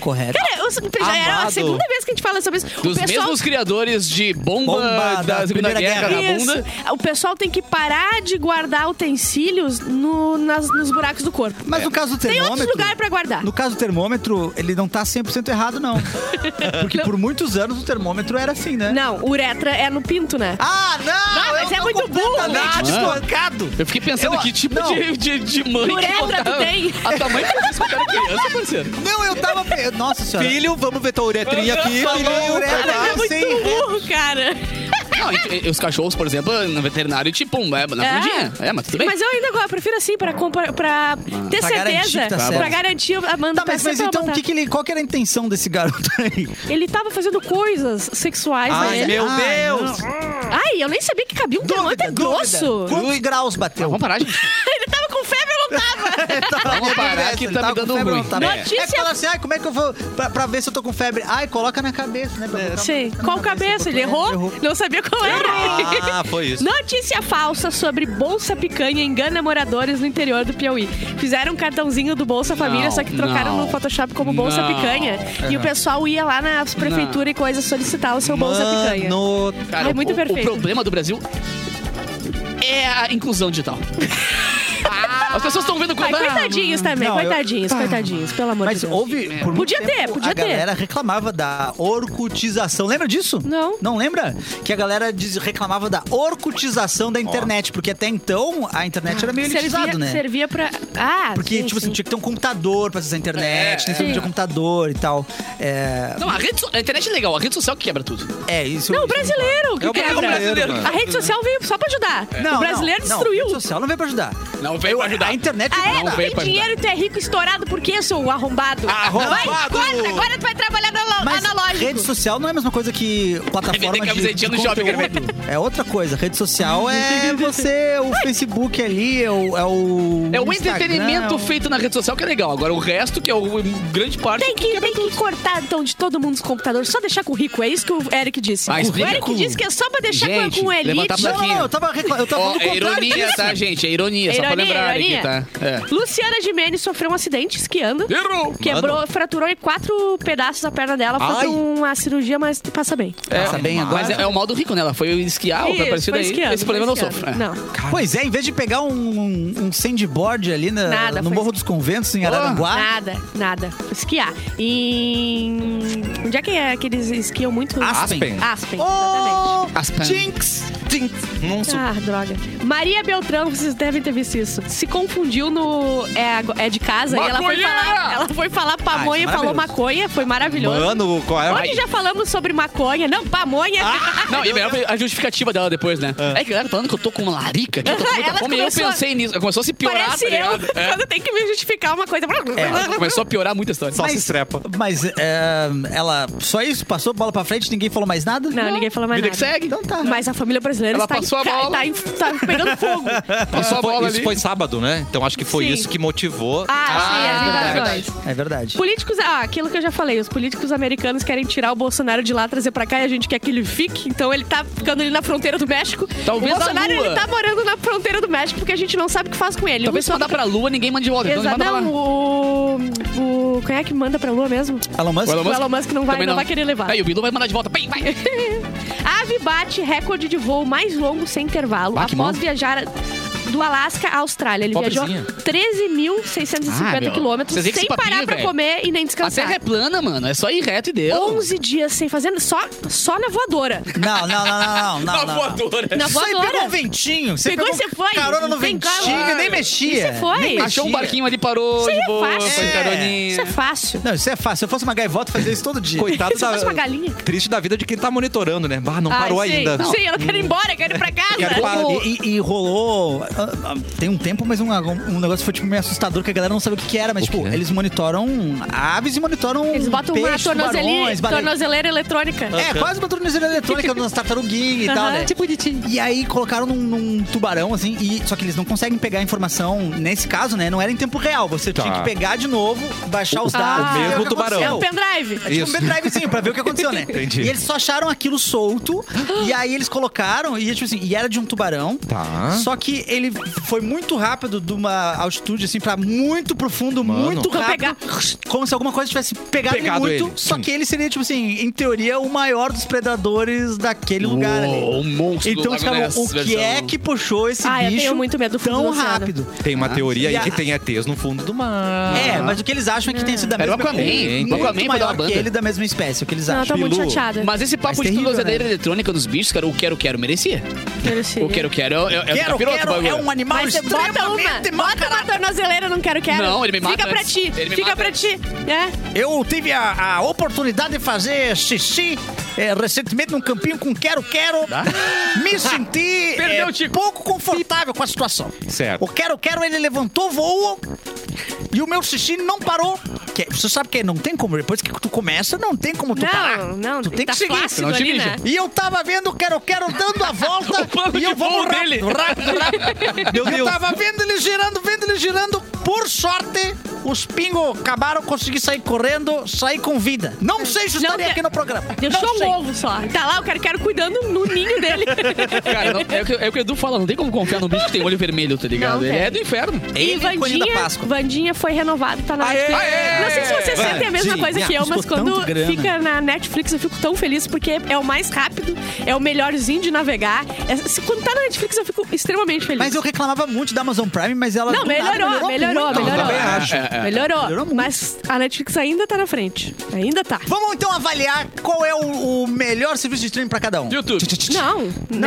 S5: Correto.
S4: Cara, eu, já era a
S1: Amado.
S4: segunda vez que a gente fala sobre isso. O
S2: Dos
S4: pessoal-
S2: mesmos criadores de bomba,
S5: Bomba
S2: da,
S5: da
S2: Segunda
S5: Primeira
S2: Guerra,
S5: Guerra.
S2: na
S4: Isso.
S2: bunda.
S4: O pessoal tem que parar de guardar utensílios no- nas- nos buracos do corpo.
S5: Mas no caso do
S4: Tem
S5: termômetro.
S4: outros lugares pra guardar.
S5: No caso do termômetro, ele não tá 100% errado, não. Porque por muitos anos o termômetro era assim, né?
S4: Não, uretra é no pinto, né?
S5: Ah, não!
S4: Ah, mas
S5: eu
S4: é
S5: tô
S4: muito burro.
S5: completamente
S4: Ah.
S5: deslocado.
S2: Eu fiquei pensando
S5: Eu-
S2: que tipo
S5: não.
S2: de, de, de mãe que
S4: Uretra tu
S2: botava-
S4: tem?
S2: A tua mãe fez isso quando era criança, parceiro.
S5: Não, eu tava... pe- Nossa senhora.
S1: Filho, vamos ver tua uretrinha aqui, filho.
S5: Ah.
S4: É,
S5: uretra,
S1: Tá.
S5: eu sei.
S4: burro, cara.
S2: Não, e- e os cachorros, por exemplo, no veterinário, tipo, um, é, na
S4: É.
S2: bundinha. É, mas tudo bem.
S4: Mas eu ainda gosto, prefiro assim, pra, compra- pra ter
S5: Pra garantir
S4: certeza.
S5: que tá certo.
S4: pra garantir, a manda
S5: Tá, mas, mas então, o que que ele, qual que era a intenção desse garoto aí?
S4: Ele tava fazendo coisas sexuais,
S1: Ai,
S4: né?
S1: meu
S5: Ah,
S1: Deus.
S4: Ai, eu nem sabia que cabia um termômetro grosso.
S5: Quantos graus bateu?
S2: Vamos parar, gente.
S4: Ele tava com febre, eu não tava.
S2: Vamos parar que
S5: Ele
S2: tá
S5: tava
S2: me
S5: com
S2: dando
S5: febre,
S2: ruim.
S5: não tava.
S4: É. Notícia-
S5: É que fala assim, ai, como é que eu vou... Pra, pra ver se eu tô com febre. Ai, coloca na cabeça, né? pra botar
S4: Sim.
S5: na
S4: Qual cabeça? Ele
S5: botou- né?
S4: errou? Não sabia qual era.
S1: Ah, foi isso.
S4: Notícia falsa sobre Bolsa Picanha engana moradores no interior do Piauí. Fizeram um cartãozinho do Bolsa Família,
S2: Não,
S4: só que trocaram
S2: não.
S4: no Photoshop como Bolsa
S2: Não.
S4: Picanha.
S5: É.
S4: E o pessoal ia lá na prefeitura e coisa solicitar o seu Bolsa Picanha.
S1: Mano,
S2: Cara,
S4: É muito
S2: o,
S4: perfeito.
S2: O problema do Brasil é a inclusão digital. As pessoas estão vendo
S4: Ai,
S2: Ah,
S4: coitadinhos também,
S5: Não, eu- Ah,
S4: coitadinhos, coitadinhos, pelo amor
S5: Mas
S4: de Deus.
S5: houve. Por assim, muito
S4: Podia ter,
S5: tempo,
S4: podia
S5: A
S4: ter.
S5: galera reclamava da orcutização. Lembra disso?
S4: Não.
S5: Não lembra? Que a galera diz- reclamava da orcutização da internet. Porque até então a internet era meio elitizada,
S4: servia,
S5: né?
S4: servia pra. Ah,
S5: Porque,
S4: sim,
S5: tipo
S4: sim.
S5: assim, tinha que ter um computador pra acessar a internet,
S2: É,
S5: nem sempre
S4: é.
S5: tinha um computador e tal. É,
S2: Não, a, rede so- a internet é legal, a rede social que quebra tudo.
S5: é isso.
S4: Não, o
S5: isso-
S4: brasileiro que
S1: É o
S4: quebra.
S1: brasileiro,
S4: A rede social veio só pra ajudar.
S2: É.
S5: Não,
S4: o brasileiro
S5: É. não,
S4: destruiu.
S5: Não, rede social não veio pra ajudar.
S2: Não veio ajudar.
S5: A internet
S4: Ah, é?
S2: Não
S4: Tu
S2: veio
S4: tem
S2: pra
S4: dinheiro e tu é rico estourado por quê, seu arrombado?
S2: Arrombado!
S4: Vai, corta, agora tu vai trabalhar na lo-
S5: Mas
S4: analógico.
S5: rede social não é a mesma coisa que
S2: Ah, Vender
S5: plataforma de, de
S2: camisetinha no shopping, quero ver.
S5: conteúdo. É outra coisa. Rede social é você, o Facebook ali, é o. É o,
S2: É o
S5: Instagram,
S2: entretenimento
S5: é o-
S2: feito na rede social que é legal. Agora o resto, que é o o grande parte.
S4: Tem que, tem que cortar, então, de todo mundo os computadores, só deixar com o rico. É isso que o Eric disse.
S2: Ah,
S4: o
S2: explica.
S4: Eric disse que é só pra deixar com-
S2: Gente,
S4: com o elite.
S2: levantar a
S5: Não,
S2: plaquinha.
S5: não, não, eu tava reclamando. Eu tava
S2: Ó,
S5: falando o
S2: é
S5: contrário
S2: ironia,
S5: disso.
S2: tá, gente? É ironia, só pra
S4: Ironia,
S2: lembrar
S4: ironia.
S2: aqui, tá? É.
S4: Luciana Gimenez sofreu um acidente esquiando.
S2: Errou!
S4: Quebrou, fraturou em quatro pedaços a perna dela. Foi
S1: Ai.
S4: pra uma cirurgia, mas passa bem.
S5: Passa bem agora.
S2: Mas é, é o mal do rico, né? Ela foi esquiar, ou
S4: Isso,
S2: parecido
S4: foi
S2: aí.
S4: esquiando,
S2: Esse problema eu não
S4: foi
S2: sofro.
S4: esquiando.
S2: É.
S4: Não.
S5: Pois é, em vez de pegar um, um sandboard ali na-
S4: Nada,
S5: no
S4: foi-
S5: Morro dos Conventos, em Araranguá.
S4: Nada, nada. Esquiar. Em. Onde é que, é que eles esquiam muito?
S1: Aspen.
S4: Aspen, exatamente.
S5: Oh,
S2: Aspen.
S5: Jinx!
S1: Tim. Não sou-
S4: Ah, droga. Maria Beltrão, vocês devem ter visto isso. Se confundiu no. É, ago- é de casa e ela foi
S2: Maconheira!
S4: falar. Ela foi falar
S5: Ah,
S4: pamonha
S5: isso
S4: e
S5: é
S4: falou
S5: maravilhoso.
S4: maconha, foi maravilhoso.
S1: Mano, qual é?
S4: Hoje já falamos sobre maconha. Não, pamonha.
S2: Não, e melhor foi a justificativa dela depois, né? É que galera falando que eu tô com uma larica, que eu tô com muita
S4: Ela
S2: fome, e eu
S4: começou a-
S2: pensei nisso. Começou a se piorar,
S4: Parece
S2: tá
S4: eu
S2: ligado? É.
S4: quando tem que me justificar uma coisa.
S2: Começou a piorar muito a história.
S1: Só se estrepa.
S5: Mas é, ela. Só isso? Passou bola pra frente, ninguém falou mais nada?
S4: Não, ninguém falou mais
S2: Vida
S4: nada.
S2: que segue.
S5: Então tá.
S4: Mas a família brasileira
S2: Ela
S4: está,
S2: passou a
S4: ca-
S2: bola.
S4: tá em- tá pegando fogo.
S2: Passou a bola
S1: Isso
S2: ali.
S1: foi sábado, né? Então acho que foi
S4: Sim.
S1: isso que motivou.
S4: Ah, sim, as invasões.
S5: É verdade.
S4: Políticos, ah, aquilo que eu já falei, os políticos americanos querem tirar o Bolsonaro de lá, trazer pra cá e a gente quer que ele fique, então ele tá ficando ali na fronteira do México.
S2: Talvez
S4: o Bolsonaro
S2: a lua.
S4: ele tá morando na fronteira do México porque a gente não sabe o que faz com ele.
S2: Talvez se mandar pra lua, ninguém mande de volta. Então
S4: Exato,
S2: manda pra
S4: não,
S2: lá.
S4: o, o. Quem é que manda pra lua mesmo?
S5: Elon Musk?
S2: O Elon
S4: O Elon Musk não vai,
S2: Também
S4: não vai querer levar.
S2: Aí o Bilu vai mandar de volta. Bem, vai.
S4: A ave bate recorde de voo mais longo sem intervalo
S2: Bah, que
S4: após
S2: bom.
S4: viajar do Alasca à Austrália. Ele
S2: Pobrezinha.
S4: viajou
S2: Ah,
S4: 13.650
S2: meu.
S4: quilômeters
S2: Vocês veem que
S4: sem
S2: esse papinho,
S4: parar pra
S2: velho.
S4: comer e nem
S2: A
S4: descansar.
S2: terra é plana, mano. É só ir reto e deu.
S4: 11 dias sem fazer só, só na voadora.
S5: Não, não, não, não,
S2: Tá
S5: não. não, não.
S2: voadora.
S4: Na
S5: Isso aí
S4: Tá voadora.
S5: pegou um ventinho. Você
S4: Pegou e você foi.
S5: Carona no
S4: Vem cá,
S5: ventinho,
S4: vai.
S5: nem mexia.
S4: E você foi.
S5: Nem
S2: Achou um
S5: mexia.
S2: barquinho ali, parou
S4: Isso aí
S2: de
S4: é
S2: boa,
S4: fácil.
S2: foi
S5: É.
S2: caroninha.
S4: Isso é fácil.
S5: Não, isso é fácil. Se eu fosse uma gaivota, eu fazia isso todo dia.
S1: Coitado
S4: Se fosse
S1: da.
S4: uma galinha.
S1: Triste da vida de quem tá monitorando, né? Bah, não parou
S4: Ai, sim.
S1: ainda.
S4: Sim, eu não quero ir embora, eu quero ir pra casa.
S1: Quero parar.
S5: Como- E, e- e rolou. ah, ah, Tem um tempo, mas um, um negócio que foi tipo, meio assustador que a galera não sabe o que, que era. Mas,
S1: O
S5: tipo,
S1: quê?
S5: eles monitoram aves e monitoram.
S4: Eles botam uma
S5: peixes,
S4: tornozeleira,
S5: tubarões, baleia.
S4: tornozeleira eletrônica.
S5: É, quase uma tornozeleira eletrônica nas tartaruguinhas e tal, né?
S4: Aham. Tipo Que bonitinho.
S5: E aí colocaram num, num tubarão, assim, e só que eles não conseguem pegar a informação. Nesse caso, né? Não era em tempo real. Você tinha
S1: Tá.
S5: que pegar de novo, baixar os
S4: Ah,
S2: tá.
S5: dados.
S4: o
S5: e ver
S1: mesmo
S5: que
S1: tubarão.
S4: É um
S5: aconteceu.
S4: pendrive.
S5: É tipo
S1: Isso.
S5: um pendrivezinho pra ver o que aconteceu, né?
S1: Entendi.
S5: E eles só acharam aquilo solto. e aí eles colocaram, e tipo assim, e era de um tubarão.
S1: Tá.
S5: Só que ele foi muito rápido de uma altitude, assim, pra muito profundo,
S1: Mano.
S5: muito
S4: Pra
S5: rápido. Como se alguma coisa tivesse pegado,
S1: Pegado
S5: muito.
S1: ele.
S5: Só
S1: Sim.
S5: que ele seria, tipo assim, em teoria, o maior dos predadores daquele lugar ali.
S2: Uou, um monstro do
S5: Então, os
S2: Lago
S5: caras,
S2: Ness,
S5: o que
S2: versão-
S5: é que puxou esse
S4: Ah, eu
S5: bicho
S4: tenho muito medo do fundo
S5: tão
S4: do oceano.
S5: rápido?
S1: Tem uma teoria aí
S5: E a-
S1: que tem ETs no fundo do mar.
S5: É, mas o que eles acham é que tem sido da
S2: Ah. Era o
S5: mesma
S2: Aquaman.
S5: espécie.
S2: O Aquaman foi
S5: Muito
S2: da
S5: maior
S2: banda.
S5: que ele da mesma espécie, o que eles
S4: Não, eu
S5: acham.
S4: tô muito
S1: Bilu.
S4: chateada.
S2: Mas esse papo
S5: Mas
S2: de
S5: terrível,
S2: tornozeleira
S5: né?
S2: eletrônica dos bichos, cara, o quero, quero merecia. O quero, quero é, é, é
S5: Quero,
S2: capiroto,
S5: quero,
S2: bagulho.
S5: é um animal
S4: Mas bota uma,
S5: extremamente
S4: bota uma tornozeleira, não quero, quero.
S2: Não, ele me mata
S4: Fica pra
S2: antes.
S4: ti,
S2: Ele me
S4: fica
S2: mata
S4: pra
S2: antes.
S4: ti. É.
S5: Eu tive a, a oportunidade de fazer xixi eh, recentemente num campinho com quero, quero. Me senti
S2: Perdeu,
S5: eh,
S2: Tico.
S5: pouco confortável com a situação.
S1: Certo.
S5: O quero, quero, ele levantou, voou. E o meu xixi não parou. Que- você sabe que não tem como, depois que tu começa, não tem como tu parar.
S4: Não, não,
S5: tu tem
S4: tá
S5: que seguir.
S4: flácido
S2: senão te
S4: ali,
S2: mija.
S4: né?
S5: E eu tava vendo o Quero Quero dando a volta.
S2: O plano
S5: e
S2: de
S5: eu vou
S2: voo
S5: rápido,
S2: dele.
S5: rápido, rápido.
S1: Meu
S5: Eu
S1: Deus.
S5: tava vendo ele girando, vendo ele girando. Por sorte, os pingos acabaram, consegui sair correndo, sair com vida. Não sei se
S4: Não
S5: estaria
S4: de-
S5: aqui no programa.
S4: Deixou
S5: não sei.
S4: um ovo só. Tá lá, eu quero, quero cuidando no ninho dele.
S2: Cara, não- é, o que, é o que o Edu fala, não tem como confiar num bicho que tem olho vermelho, tá ligado?
S4: Não,
S2: Ele
S4: velho.
S2: é do inferno.
S4: E
S5: Ele e Coelhinho da
S4: Vandinha,
S5: Páscoa.
S4: Vandinha foi renovado, tá na
S1: Aê!
S4: Netflix.
S1: Aê!
S4: Não sei se vocês sentem a mesma
S5: Vandinha,
S4: coisa que eu, mas
S5: custou
S4: quando
S5: tanto grana.
S4: fica na Netflix eu fico tão feliz porque é o mais rápido, é o melhorzinho de navegar. É- se- quando tá na Netflix eu fico extremamente feliz.
S5: Mas eu reclamava muito da Amazon Prime, mas ela.
S4: Não,
S5: do nada
S4: melhorou, melhorou,
S5: muito.
S4: melhorou.
S1: também acho.
S2: É, é.
S4: Melhorou,
S5: Melhorou muito.
S4: mas a Netflix ainda tá na frente. Ainda tá.
S5: Vamos então avaliar qual é o, o melhor serviço de streaming pra cada um.
S2: YouTube.
S5: Não,
S4: Não,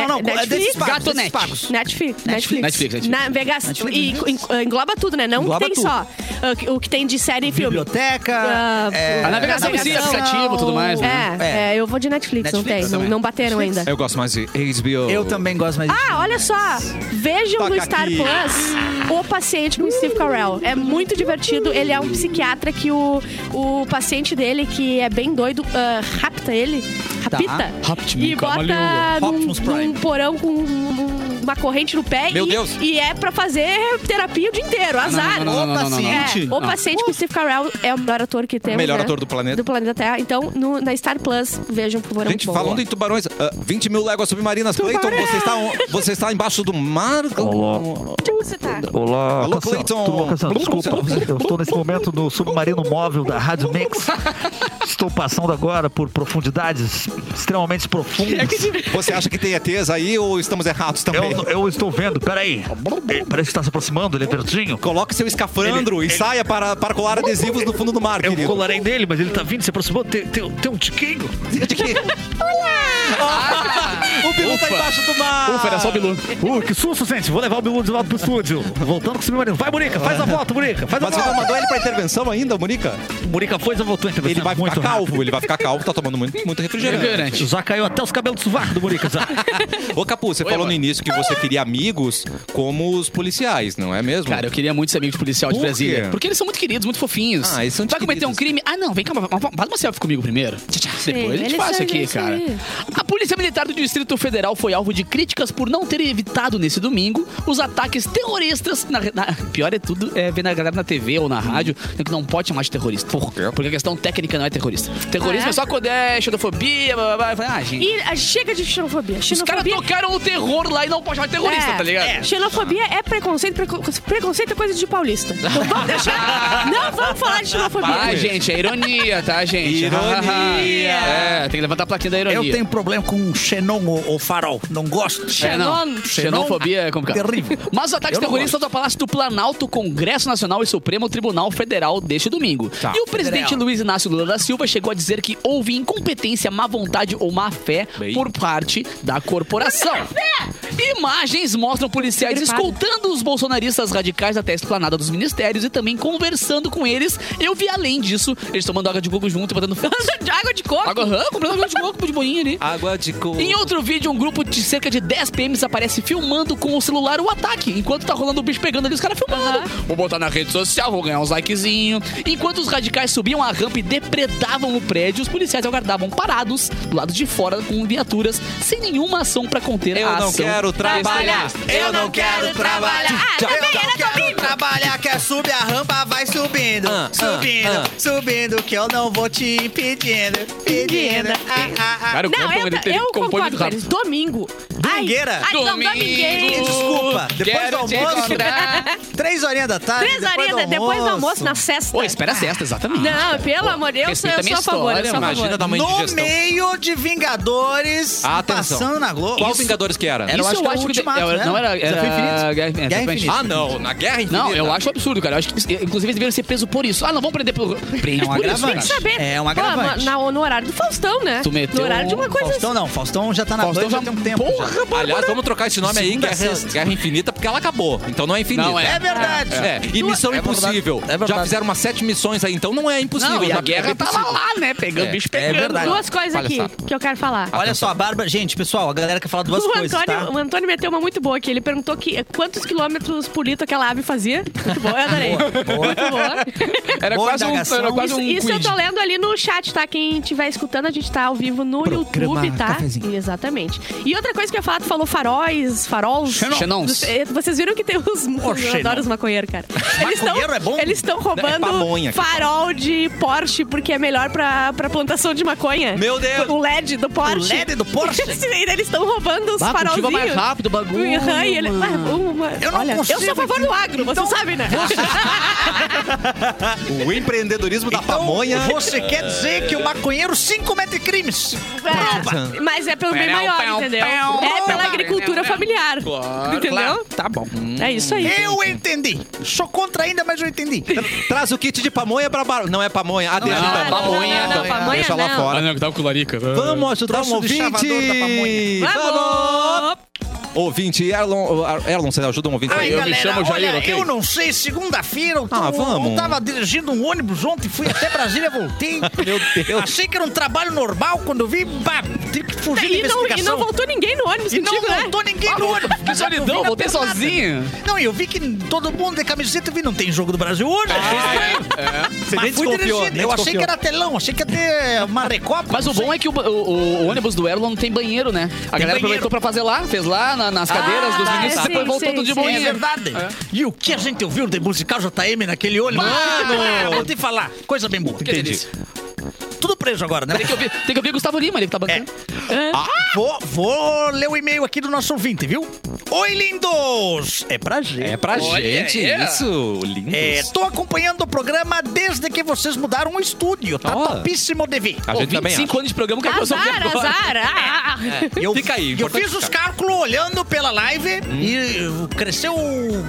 S4: Ne-
S5: não, é desses
S4: Netflix.
S5: pagos.
S2: Gato
S5: desses
S2: Net.
S5: pagos.
S4: Netflix. Netflix.
S2: Netflix, Netflix.
S4: Navegar-
S5: Netflix.
S4: e en- engloba tudo, né? Não
S5: Engloba
S4: tem
S5: tudo.
S4: só ah, que- o que tem de série e filme.
S5: Biblioteca.
S4: Ah,
S5: é,
S2: A navegação em si,
S4: navegação.
S2: aplicativo e tudo mais. né?
S4: É, é, eu vou de Netflix, não
S5: Netflix
S4: tem. Não,
S5: também.
S4: não bateram
S5: Netflix.
S4: ainda.
S1: Eu gosto mais de HBO.
S5: Eu também gosto mais de
S4: Ah, olha só! Vejam
S1: Toca
S4: no Star
S1: aqui.
S4: Plus o paciente com Steve Carell. É muito divertido. Ele é um psiquiatra que o, o paciente dele, que é bem doido, ah, rapta ele.
S2: Tá.
S4: Rapita.
S2: Rapte-me,
S4: E bota
S2: camaleão.
S5: Optimus
S4: num,
S5: Prime.
S4: num porão com um- uma corrente no pé.
S1: Meu
S4: e,
S1: Deus.
S4: e é pra fazer terapia o dia inteiro. Azar.
S2: Ah, não, não, não, não, Ah. não, não.
S4: É,
S5: Gente.
S4: o paciente com Steve Carell é o melhor ator que tem.
S1: Melhor ator do planeta.
S4: Do planeta Terra. Então, no- na Star Plus, vejam por favor. é
S1: Gente,
S4: muito bom.
S1: falando em tubarões, ah, 20 mil léguas submarinas. Clayton, você está, on- você está embaixo do mar?
S2: Tá
S5: Ah!
S6: Olá.
S4: Onde você tá?
S6: Olá,
S1: Alô,
S6: Cassiano.
S1: Cleiton.
S6: Tudo bom, Cassiano? Desculpa, eu estou nesse momento no submarino móvel da Rádio Mix. Estou passando agora por profundidades extremamente
S5: É
S6: profundas.
S1: Você acha que tem ETs aí ou estamos errados também?
S6: Eu, eu estou vendo, peraí. Eh, Parece que está se aproximando, ele é verdinho.
S1: Coloque seu escafandro e saia para, para colar adesivos no fundo do mar,
S6: Eu
S1: querido.
S6: colarei nele, mas ele tá vindo, se aproximando. Tem, tem- tem um tiquinho.
S1: O Bilu está embaixo do mar.
S2: Ufa, era só o Bilu.
S6: Uh, que susto, gente. Vou levar o Bilu de volta pro estúdio. Voltando com o submarino. Vai, Murica, faz a volta, Murica. Faz a
S1: Mas você não
S6: volta.
S1: mandou ele para intervenção ainda, Monica?
S6: Murica foi e voltou. então,
S1: Ele vai ficar
S6: muito
S1: calvo,
S6: rápido.
S1: ele vai ficar calvo, tá tomando muito, muito
S2: É
S1: refrigerante.
S2: Refrigerante.
S6: Já caiu até os cabelos do sovaco do Murica, já.
S1: Ô, Capu, você
S2: Oi,
S1: falou
S2: amor.
S1: no início que você queria amigos como os policiais, não é mesmo?
S2: Cara, eu queria muito ser amigo de policial de
S1: Por quê?
S2: Brasília. Porque eles são muito queridos, muito fofinhos.
S1: Ah, eles são
S2: Vai cometer um crime? Ah, não, vem cá, mas- mas faz uma selfie comigo primeiro. Depois a
S4: eles
S2: gente faz isso
S4: são
S2: aqui,
S4: isso
S2: cara.
S4: aí.
S2: A Polícia Militar do Distrito Federal foi alvo de críticas por não ter evitado nesse domingo os ataques terroristas. Na, na- né, pior é tudo é ver na galera na TV ou na rádio, que não pode chamar de terrorista. Porque a questão técnica não é terrorista. Terrorismo
S4: Ah, é?
S2: é só quando é xenofobia, blá, blá, blá. Eu falei, Ah, gente.
S4: E ah, chega de xenofobia.
S2: Os caras
S4: Xenofobia
S2: tocaram o terror lá e não pode chamar de terrorista,
S4: É,
S2: tá ligado?
S4: é. Xenofobia é preconceito, preco- preconceito é coisa de paulista. Não vamos deixar. não vamos falar de xenofobia.
S2: Ah, gente, é ironia, tá, gente?
S1: Ironia.
S2: é, tem que levantar a plaquinha da ironia.
S5: Eu tenho problema com Xenon ou, ou Farol. Não gosto. de
S2: É, não.
S4: Xenon.
S2: Xenofobia é complicado.
S5: Terrível.
S2: Mas os ataques
S5: Eu não
S2: terroristas do Palácio do Planalto, Congresso Nacional e Supremo Tribunal Federal deste domingo. E o presidente Luiz Inácio Lula da Silva chegou a dizer que houve incompetência, má vontade ou má fé por parte da corporação. Imagens mostram policiais
S4: Gripado.
S2: escoltando os bolsonaristas radicais até a esplanada dos ministérios e também conversando com eles. Eu vi além disso, eles tomando água de coco junto e botando...
S4: Água de coco.
S2: Água, hã? Comprando água de coco de boinha ali.
S1: Água de coco.
S2: Em outro vídeo, um grupo de cerca de 10 PMs aparece filmando com o celular o ataque. Enquanto tá rolando o bicho pegando ali, os caras filmando. Vou botar na rede social, vou ganhar uns likezinhos. Enquanto os radicais subiam a rampa e depredavam o prédio, os policiais aguardavam parados do lado de fora com viaturas, sem nenhuma ação pra conter
S1: Eu
S2: a
S1: não
S2: ação.
S1: quero trabalhar.
S3: Eu não quero trabalhar.
S4: Ah,
S3: Eu
S4: também
S3: não
S4: era
S3: quero trabalhar. Quer subir a rampa, vai subindo.
S1: Ah, ah,
S3: subindo,
S1: ah.
S3: subindo, que eu não vou te impedindo. Pedindo. Ah, ah, ah.
S2: Cara, o
S4: Não,
S2: Clapton,
S4: eu,
S2: ele teve-
S4: eu
S2: compõe
S4: concordo
S2: muito
S4: com
S2: rápido.
S4: eles. Domingo. Ai,
S3: Domingueira?
S4: Ai, não, domingueiro.
S3: Desculpa, depois
S2: Quero
S3: do
S2: te
S3: almoço.
S2: encontrar.
S3: Três horinhas da tarde.
S4: Três horinhas da- depois do almoço, na sexta.
S2: Pô, espera a sexta, exatamente.
S4: Não, pelo amor de Deus, eu sou
S2: Respeita a
S4: eu sou
S2: minha
S4: a favor. eu
S2: história,
S4: sou a
S1: Imagina
S4: favor.
S1: dar uma
S3: No
S1: indigestão. Ah,
S3: meio de Vingadores
S5: Tá
S1: Atenção.
S3: passando na Globo.
S1: Qual
S3: Isso.
S1: Vingadores que era?
S2: Isso
S5: Eu acho que
S2: eu
S5: é o
S2: acho que...
S5: Ultimato,
S2: era-
S5: né?
S2: Não, era...
S5: Desafio
S2: era
S5: Infinito.
S2: Guerra Infinita.
S5: Guerra
S2: foi
S5: Infinita.
S1: Ah, não. Na Guerra Infinita.
S2: Não, eu acho um absurdo, cara. Eu acho que, inclusive, eles deveriam ser presos por isso. Ah, não, vamos prender por. Prende
S5: É um
S2: por isso.
S5: agravante.
S2: cara.
S4: Saber.
S5: É um
S4: Pô,
S5: agravante.
S4: na- no horário do Faustão, né?
S2: Tu meteu um
S4: no horário de uma coisa
S5: Faustão não, Faustão já tá na
S2: Faustão
S5: Band já
S2: já-
S5: tem um tempo.
S2: Porra,
S5: já.
S1: Aliás, vamos trocar esse nome aí,
S5: Segunda,
S1: Guerra,
S5: sexta.
S1: Guerra Infinita, porque ela acabou. Então não é infinita.
S2: Não, é.
S3: É verdade.
S1: É, e Missão Impossível. Já fizeram umas sete missões aí, então não é impossível.
S2: Não, e a
S1: mas
S2: guerra
S1: é
S2: tava
S1: possível.
S2: lá, né? Pegando
S1: É,
S2: bicho
S5: é
S2: pegando.
S5: verdade.
S4: assim. Duas coisas aqui
S1: Palhaçada.
S4: que eu quero falar.
S5: Olha só, a Bárbara. Gente, pessoal, a galera quer falar duas
S4: O
S5: coisas,
S4: Antônio,
S5: tá?
S4: o Antônio meteu uma muito boa aqui. Ele perguntou que, quantos quilômetros por litro aquela ave fazia. Muito bom, eu adorei. Muito boa.
S2: Era
S5: Boa
S2: quase um.
S5: indagação.
S2: Era quase
S4: Isso,
S2: um
S4: isso eu
S2: quiz.
S4: tô lendo ali no chat, tá? Quem estiver escutando, a gente tá ao vivo no YouTube, tá? Exatamente. E outra coisa que eu ia falar, tu falou faróis, farols.
S2: Xenon. Xenons.
S4: Dos- eh, Vocês viram que tem os... eu
S5: xenon.
S4: adoro os maconheiros, cara. Eles tão-
S5: Maconheiro é bom?
S4: Eles estão roubando
S1: É pamonha que
S4: farol de Porsche, porque é melhor pra, pra plantação de maconha.
S1: Meu Deus!
S4: O LED do Porsche.
S5: LED do Porsche?
S4: eles estão roubando os
S2: Ah, cultiva
S4: farolzinhos.
S2: mais rápido o bagulho.
S4: Aham, e ele- Ah, uma-
S5: Eu não
S4: Olha, eu
S5: consigo Então, tá
S4: sou a favor do agro, você sabe, né?
S1: O empreendedorismo da pamonha.
S5: Então, Você quer dizer que o maconheiro sim comete crimes?
S4: É, mas é pelo bem
S2: Perão,
S4: maior,
S2: perão,
S4: entendeu?
S2: perão,
S4: É pela
S2: perão,
S4: agricultura
S2: perão,
S4: familiar.
S2: Claro, claro.
S4: Entendeu?
S2: Tá bom.
S4: É isso aí.
S5: Eu entendi. Sou contra ainda, mas eu entendi.
S1: Traz o kit de pamonha pra bar... Não é pamonha. Ah, deixa
S2: não,
S1: então.
S2: não, não, pamonha.
S4: não, não, pamonha
S1: Deixa lá
S4: não.
S1: fora.
S2: não, que tava com larica.
S1: Vamos ajudar
S5: Trouxe
S1: um
S5: o deschavador da
S1: ouvinte.
S5: pamonha.
S4: Vamos!
S1: Ouvinte, Erlon, Erlon, você ajuda um ouvinte
S5: Ai,
S1: aí?
S2: eu me
S5: galera,
S2: chamo Jair,
S5: olha,
S2: ok?
S5: eu não sei, segunda-feira eu, tô-
S1: Ah, vamos.
S5: eu tava dirigindo um ônibus ontem, fui até Brasília, voltei.
S1: Meu Deus.
S5: Achei que era um trabalho normal, quando eu vi, pá, tive que fugir
S4: E
S5: da
S4: não,
S5: investigação.
S4: e não voltou ninguém no ônibus
S5: E não
S4: contigo, né?
S5: voltou ninguém no ônibus.
S2: Que solidão, voltei sozinho.
S5: Não, e eu vi que todo mundo de camiseta, eu vi, não tem jogo do Brasil hoje.
S2: Ah,
S1: Você
S5: Mas
S1: nem
S5: fui
S1: desconfiou,
S5: dirigindo.
S1: nem
S5: Eu achei
S1: desconfiou.
S5: que era telão, achei que ia ter uma recopa.
S2: Mas o bom é que o, ba- o- o ônibus do Erlon não tem banheiro, né? A galera
S5: banheiro.
S2: aproveitou pra fazer lá, fez lá na- nas cadeiras dos
S4: tá,
S2: meninos
S4: é,
S2: e depois
S4: sim,
S2: voltou
S4: sim,
S2: tudo de
S4: sim.
S5: É
S2: banheiro.
S5: verdade. E o que a gente ouviu de musical JM naquele ônibus?
S2: Mano!
S5: Vou te falar, coisa bem boa.
S2: Que delícia.
S5: Tudo preso agora, né? Ah,
S2: Tem que ouvir, tem que ouvir o Gustavo Lima, ele que tá bancando.
S5: Vou, vou ler o e-mail aqui do nosso ouvinte, viu? Oi, lindos! É pra gente.
S1: É pra
S2: Olha,
S1: gente
S2: é.
S1: isso, lindos.
S5: É, tô acompanhando o programa desde que vocês mudaram o estúdio. Tá
S1: Ó.
S5: topíssimo de ver.
S1: A gente também acha.
S2: 25 anos de programa que a pessoa
S4: Azar,
S2: vê agora.
S4: azar. ah, ah.
S5: Eu,
S1: Fica aí,
S5: Eu
S1: importante
S5: fiz os
S1: ficar.
S5: cálculos olhando pela live e uh, cresceu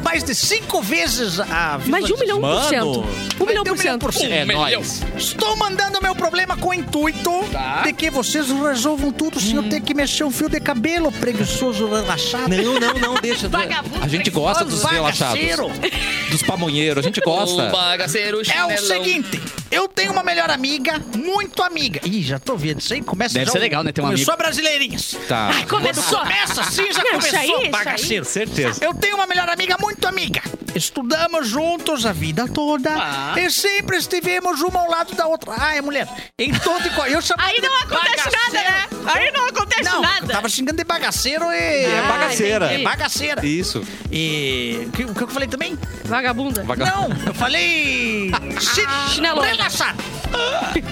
S5: mais de cinco vezes a
S4: Mais de um milhão por cento. Um milhão
S5: de um
S4: por cento.
S2: É nóis.
S5: Estou mandando meu problema com o intuito
S2: Tá. Hum.
S5: de que vocês resolvam tudo sem eu ter que mexer um fio de cabelo preguiçoso relaxado.
S1: Não, não, não, deixa.
S4: Vagabundo
S1: a gente gosta dos relaxados.
S5: Bagaceiro.
S1: Dos pamonheiros, a gente
S2: Um
S1: gosta.
S2: bagaceiro
S5: É
S2: chinelão.
S5: o seguinte, eu tenho uma melhor amiga, muito amiga. Ih, já tô vendo isso aí. Começa
S2: Deve
S5: já
S2: ser
S5: o-
S2: legal, né, ter um
S5: Começou brasileirinhas.
S1: Tá.
S4: Ai, começou.
S5: Começa assim, já
S4: Não, isso aí, isso
S5: começou,
S4: aí.
S5: bagaceiro.
S1: Certeza.
S5: Eu tenho uma melhor amiga, muito amiga. Estudamos juntos a vida toda
S2: Ah.
S5: e sempre estivemos uma ao lado da outra. Ah, é mulher. Em todo e qual- eu chamo
S4: Aí
S5: de
S4: não acontece
S5: bagaceiro.
S4: nada, né? Aí não acontece
S5: Não, eu
S4: nada.
S5: tava xingando de bagaceiro e.
S4: Ah,
S5: É
S1: bagaceira.
S5: bagaceira. É
S4: entendi.
S5: bagaceira.
S1: Isso.
S5: E. O que, o que eu falei também?
S4: Vagabunda.
S1: Vaga-
S5: Não, eu falei. chi-
S4: Chinelona.
S5: desgraçada.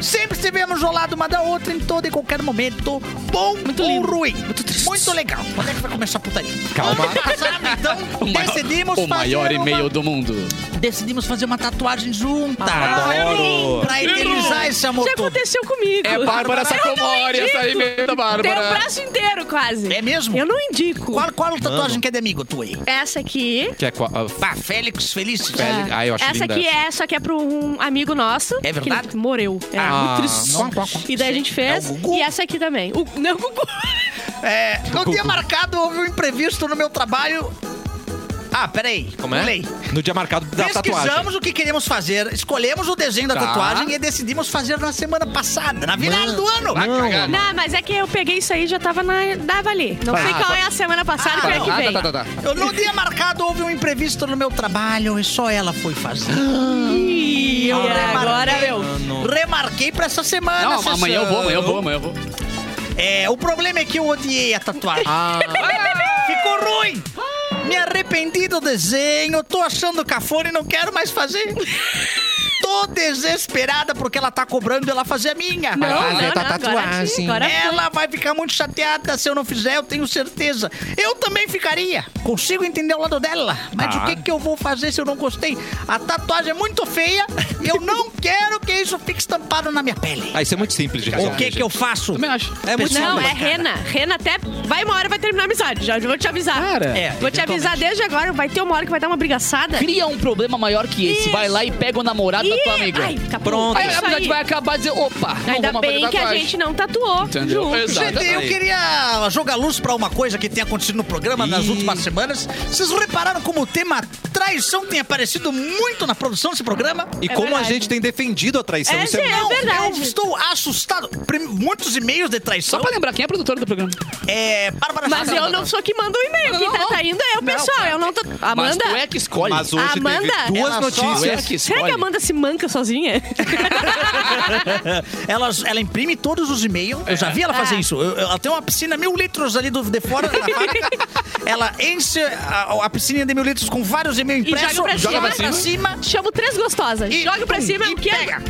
S5: Sempre estivemos ao lado uma da outra em todo e qualquer momento, bom ou ruim. Muito, legal. Quando é que vai começar a putaria?
S1: Calma.
S5: Ano passado, então,
S2: O maior-
S5: decidimos
S2: o maior
S5: fazer
S2: e-mail
S5: uma...
S2: do mundo.
S5: Decidimos fazer uma tatuagem junta.
S1: Adoro.
S5: Pra eternizar esse amor
S4: Já
S5: todo.
S4: aconteceu comigo.
S2: É Bárbara Sacomori,
S4: indico.
S2: essa e-mail da
S4: Tem o
S2: Bárbara.
S4: braço inteiro, quase.
S5: É mesmo?
S4: Eu não indico.
S5: Qual, qual tatuagem que é de amigo tu aí?
S4: Essa aqui.
S1: Que é qual- ah,
S5: Pá, Félix Felices.
S1: Félix. Ah, eu acho
S4: essa
S1: linda
S4: aqui
S1: essa.
S4: é, só que é pra um amigo nosso.
S5: É verdade?
S4: Que ele morreu. É,
S1: Ah,
S4: muito triste.
S1: não.
S4: E daí a gente fez.
S5: É o Gugu?
S4: e essa aqui também. O, não, o Gugu.
S5: É, não tinha marcado, houve um imprevisto no meu trabalho. Ah, peraí.
S1: Como é?
S5: Pulei.
S1: No dia marcado da tatuagem.
S5: Pesquisamos o que queríamos fazer, escolhemos o desenho da
S1: Tá.
S5: tatuagem e decidimos fazer na semana passada, na virada do ano.
S2: Vai cagar.
S4: Não, mas é que eu peguei isso aí e já tava na. Dava ali. Não
S2: Ah,
S4: sei qual
S2: tá.
S4: é a semana passada, qual é que
S2: Ah,
S4: vem.
S2: tá, tá, tá, tá.
S5: Eu não tinha marcado, houve um imprevisto no meu trabalho e só ela foi fazer. Ah,
S4: E eu é,
S2: Ah,
S4: agora,
S5: remarquei.
S4: meu.
S5: Remarquei pra essa semana.
S2: Não,
S5: sessão.
S2: amanhã eu vou, amanhã eu vou, amanhã eu vou.
S5: É, o problema é que eu odiei a tatuagem.
S4: Ah.
S5: Ficou ruim! Me arrependi do desenho, tô achando cafona e não quero mais fazer. Tô desesperada porque ela tá cobrando ela fazer a minha.
S4: Não, não,
S1: fazer
S4: não,
S1: tua
S4: agora,
S1: tatuagem.
S4: sim, agora foi.
S5: Ela vai ficar muito chateada se eu não fizer, eu tenho certeza. Eu também ficaria. Consigo entender o lado dela. Mas
S4: Ah.
S1: Tá.
S5: o que, que eu vou fazer se eu não gostei? A tatuagem é muito feia e eu não quero que isso fique estampado na minha pele.
S1: Ah, isso é muito simples de resolver.
S5: O que, que eu faço?
S2: Também acho.
S1: É muito
S4: Não,
S1: simples.
S4: é Rena. Rena até. Vai uma hora vai terminar a amizade. Já vou te avisar.
S2: Cara.
S5: É,
S4: vou te avisar desde agora. Vai ter uma hora que vai dar uma brigaçada.
S2: Cria um problema maior que esse.
S4: Isso.
S2: Vai lá e pega o namorado da tua amiga.
S4: Ai, tá
S1: Pronto.
S4: Pronto.
S2: Aí a amizade vai acabar e dizer, opa, não
S4: Ainda
S2: vamos
S4: bem
S2: fazer
S4: que a
S2: tatuagem.
S4: gente não tatuou.
S2: Entendeu?
S4: junto.
S2: Exato.
S5: Gente, eu
S2: Aí.
S5: queria jogar luz pra uma coisa que tem acontecido no programa nas
S1: Ih.
S5: últimas semanas. Vocês repararam como o tema traição tem aparecido muito na produção desse programa?
S1: E
S4: É
S1: como a
S4: verdade.
S1: gente tem defendido a traição,
S4: É,
S1: isso
S4: gente.
S1: é...
S5: Não,
S4: verdade.
S5: Eu estou assustado. Prim- Muitos e-mails de
S2: Só
S5: traição.
S2: pra lembrar, quem é a produtora do programa?
S5: É. Bárbara
S4: Mas eu não sou que manda o e-mail. Quem
S2: Não,
S4: tá
S2: não.
S4: traindo é o pessoal. Eu não tô.
S2: Mas
S4: Amanda?
S2: tu é que escolhe.
S1: Mas hoje
S4: Amanda?
S1: teve duas
S5: Ela só-
S2: Tu é
S1: notícias.
S2: que
S4: Será
S2: escolhe.
S4: que a Amanda se manca sozinha?
S5: Ela, ela imprime todos os e-mails. Eu
S1: É.
S5: já vi ela fazer
S4: Ah.
S5: isso. Eu- eu- ela tem uma piscina mil litros ali do, de fora. Ela, ela enche a, a piscina de mil litros com vários e-mails
S4: E joga
S5: impressos.
S4: pra cima.
S5: pra cima.
S4: Chamo três gostosas.
S5: E-
S4: Joga pra
S5: pum,
S4: cima
S5: e
S4: o que é-
S5: pega.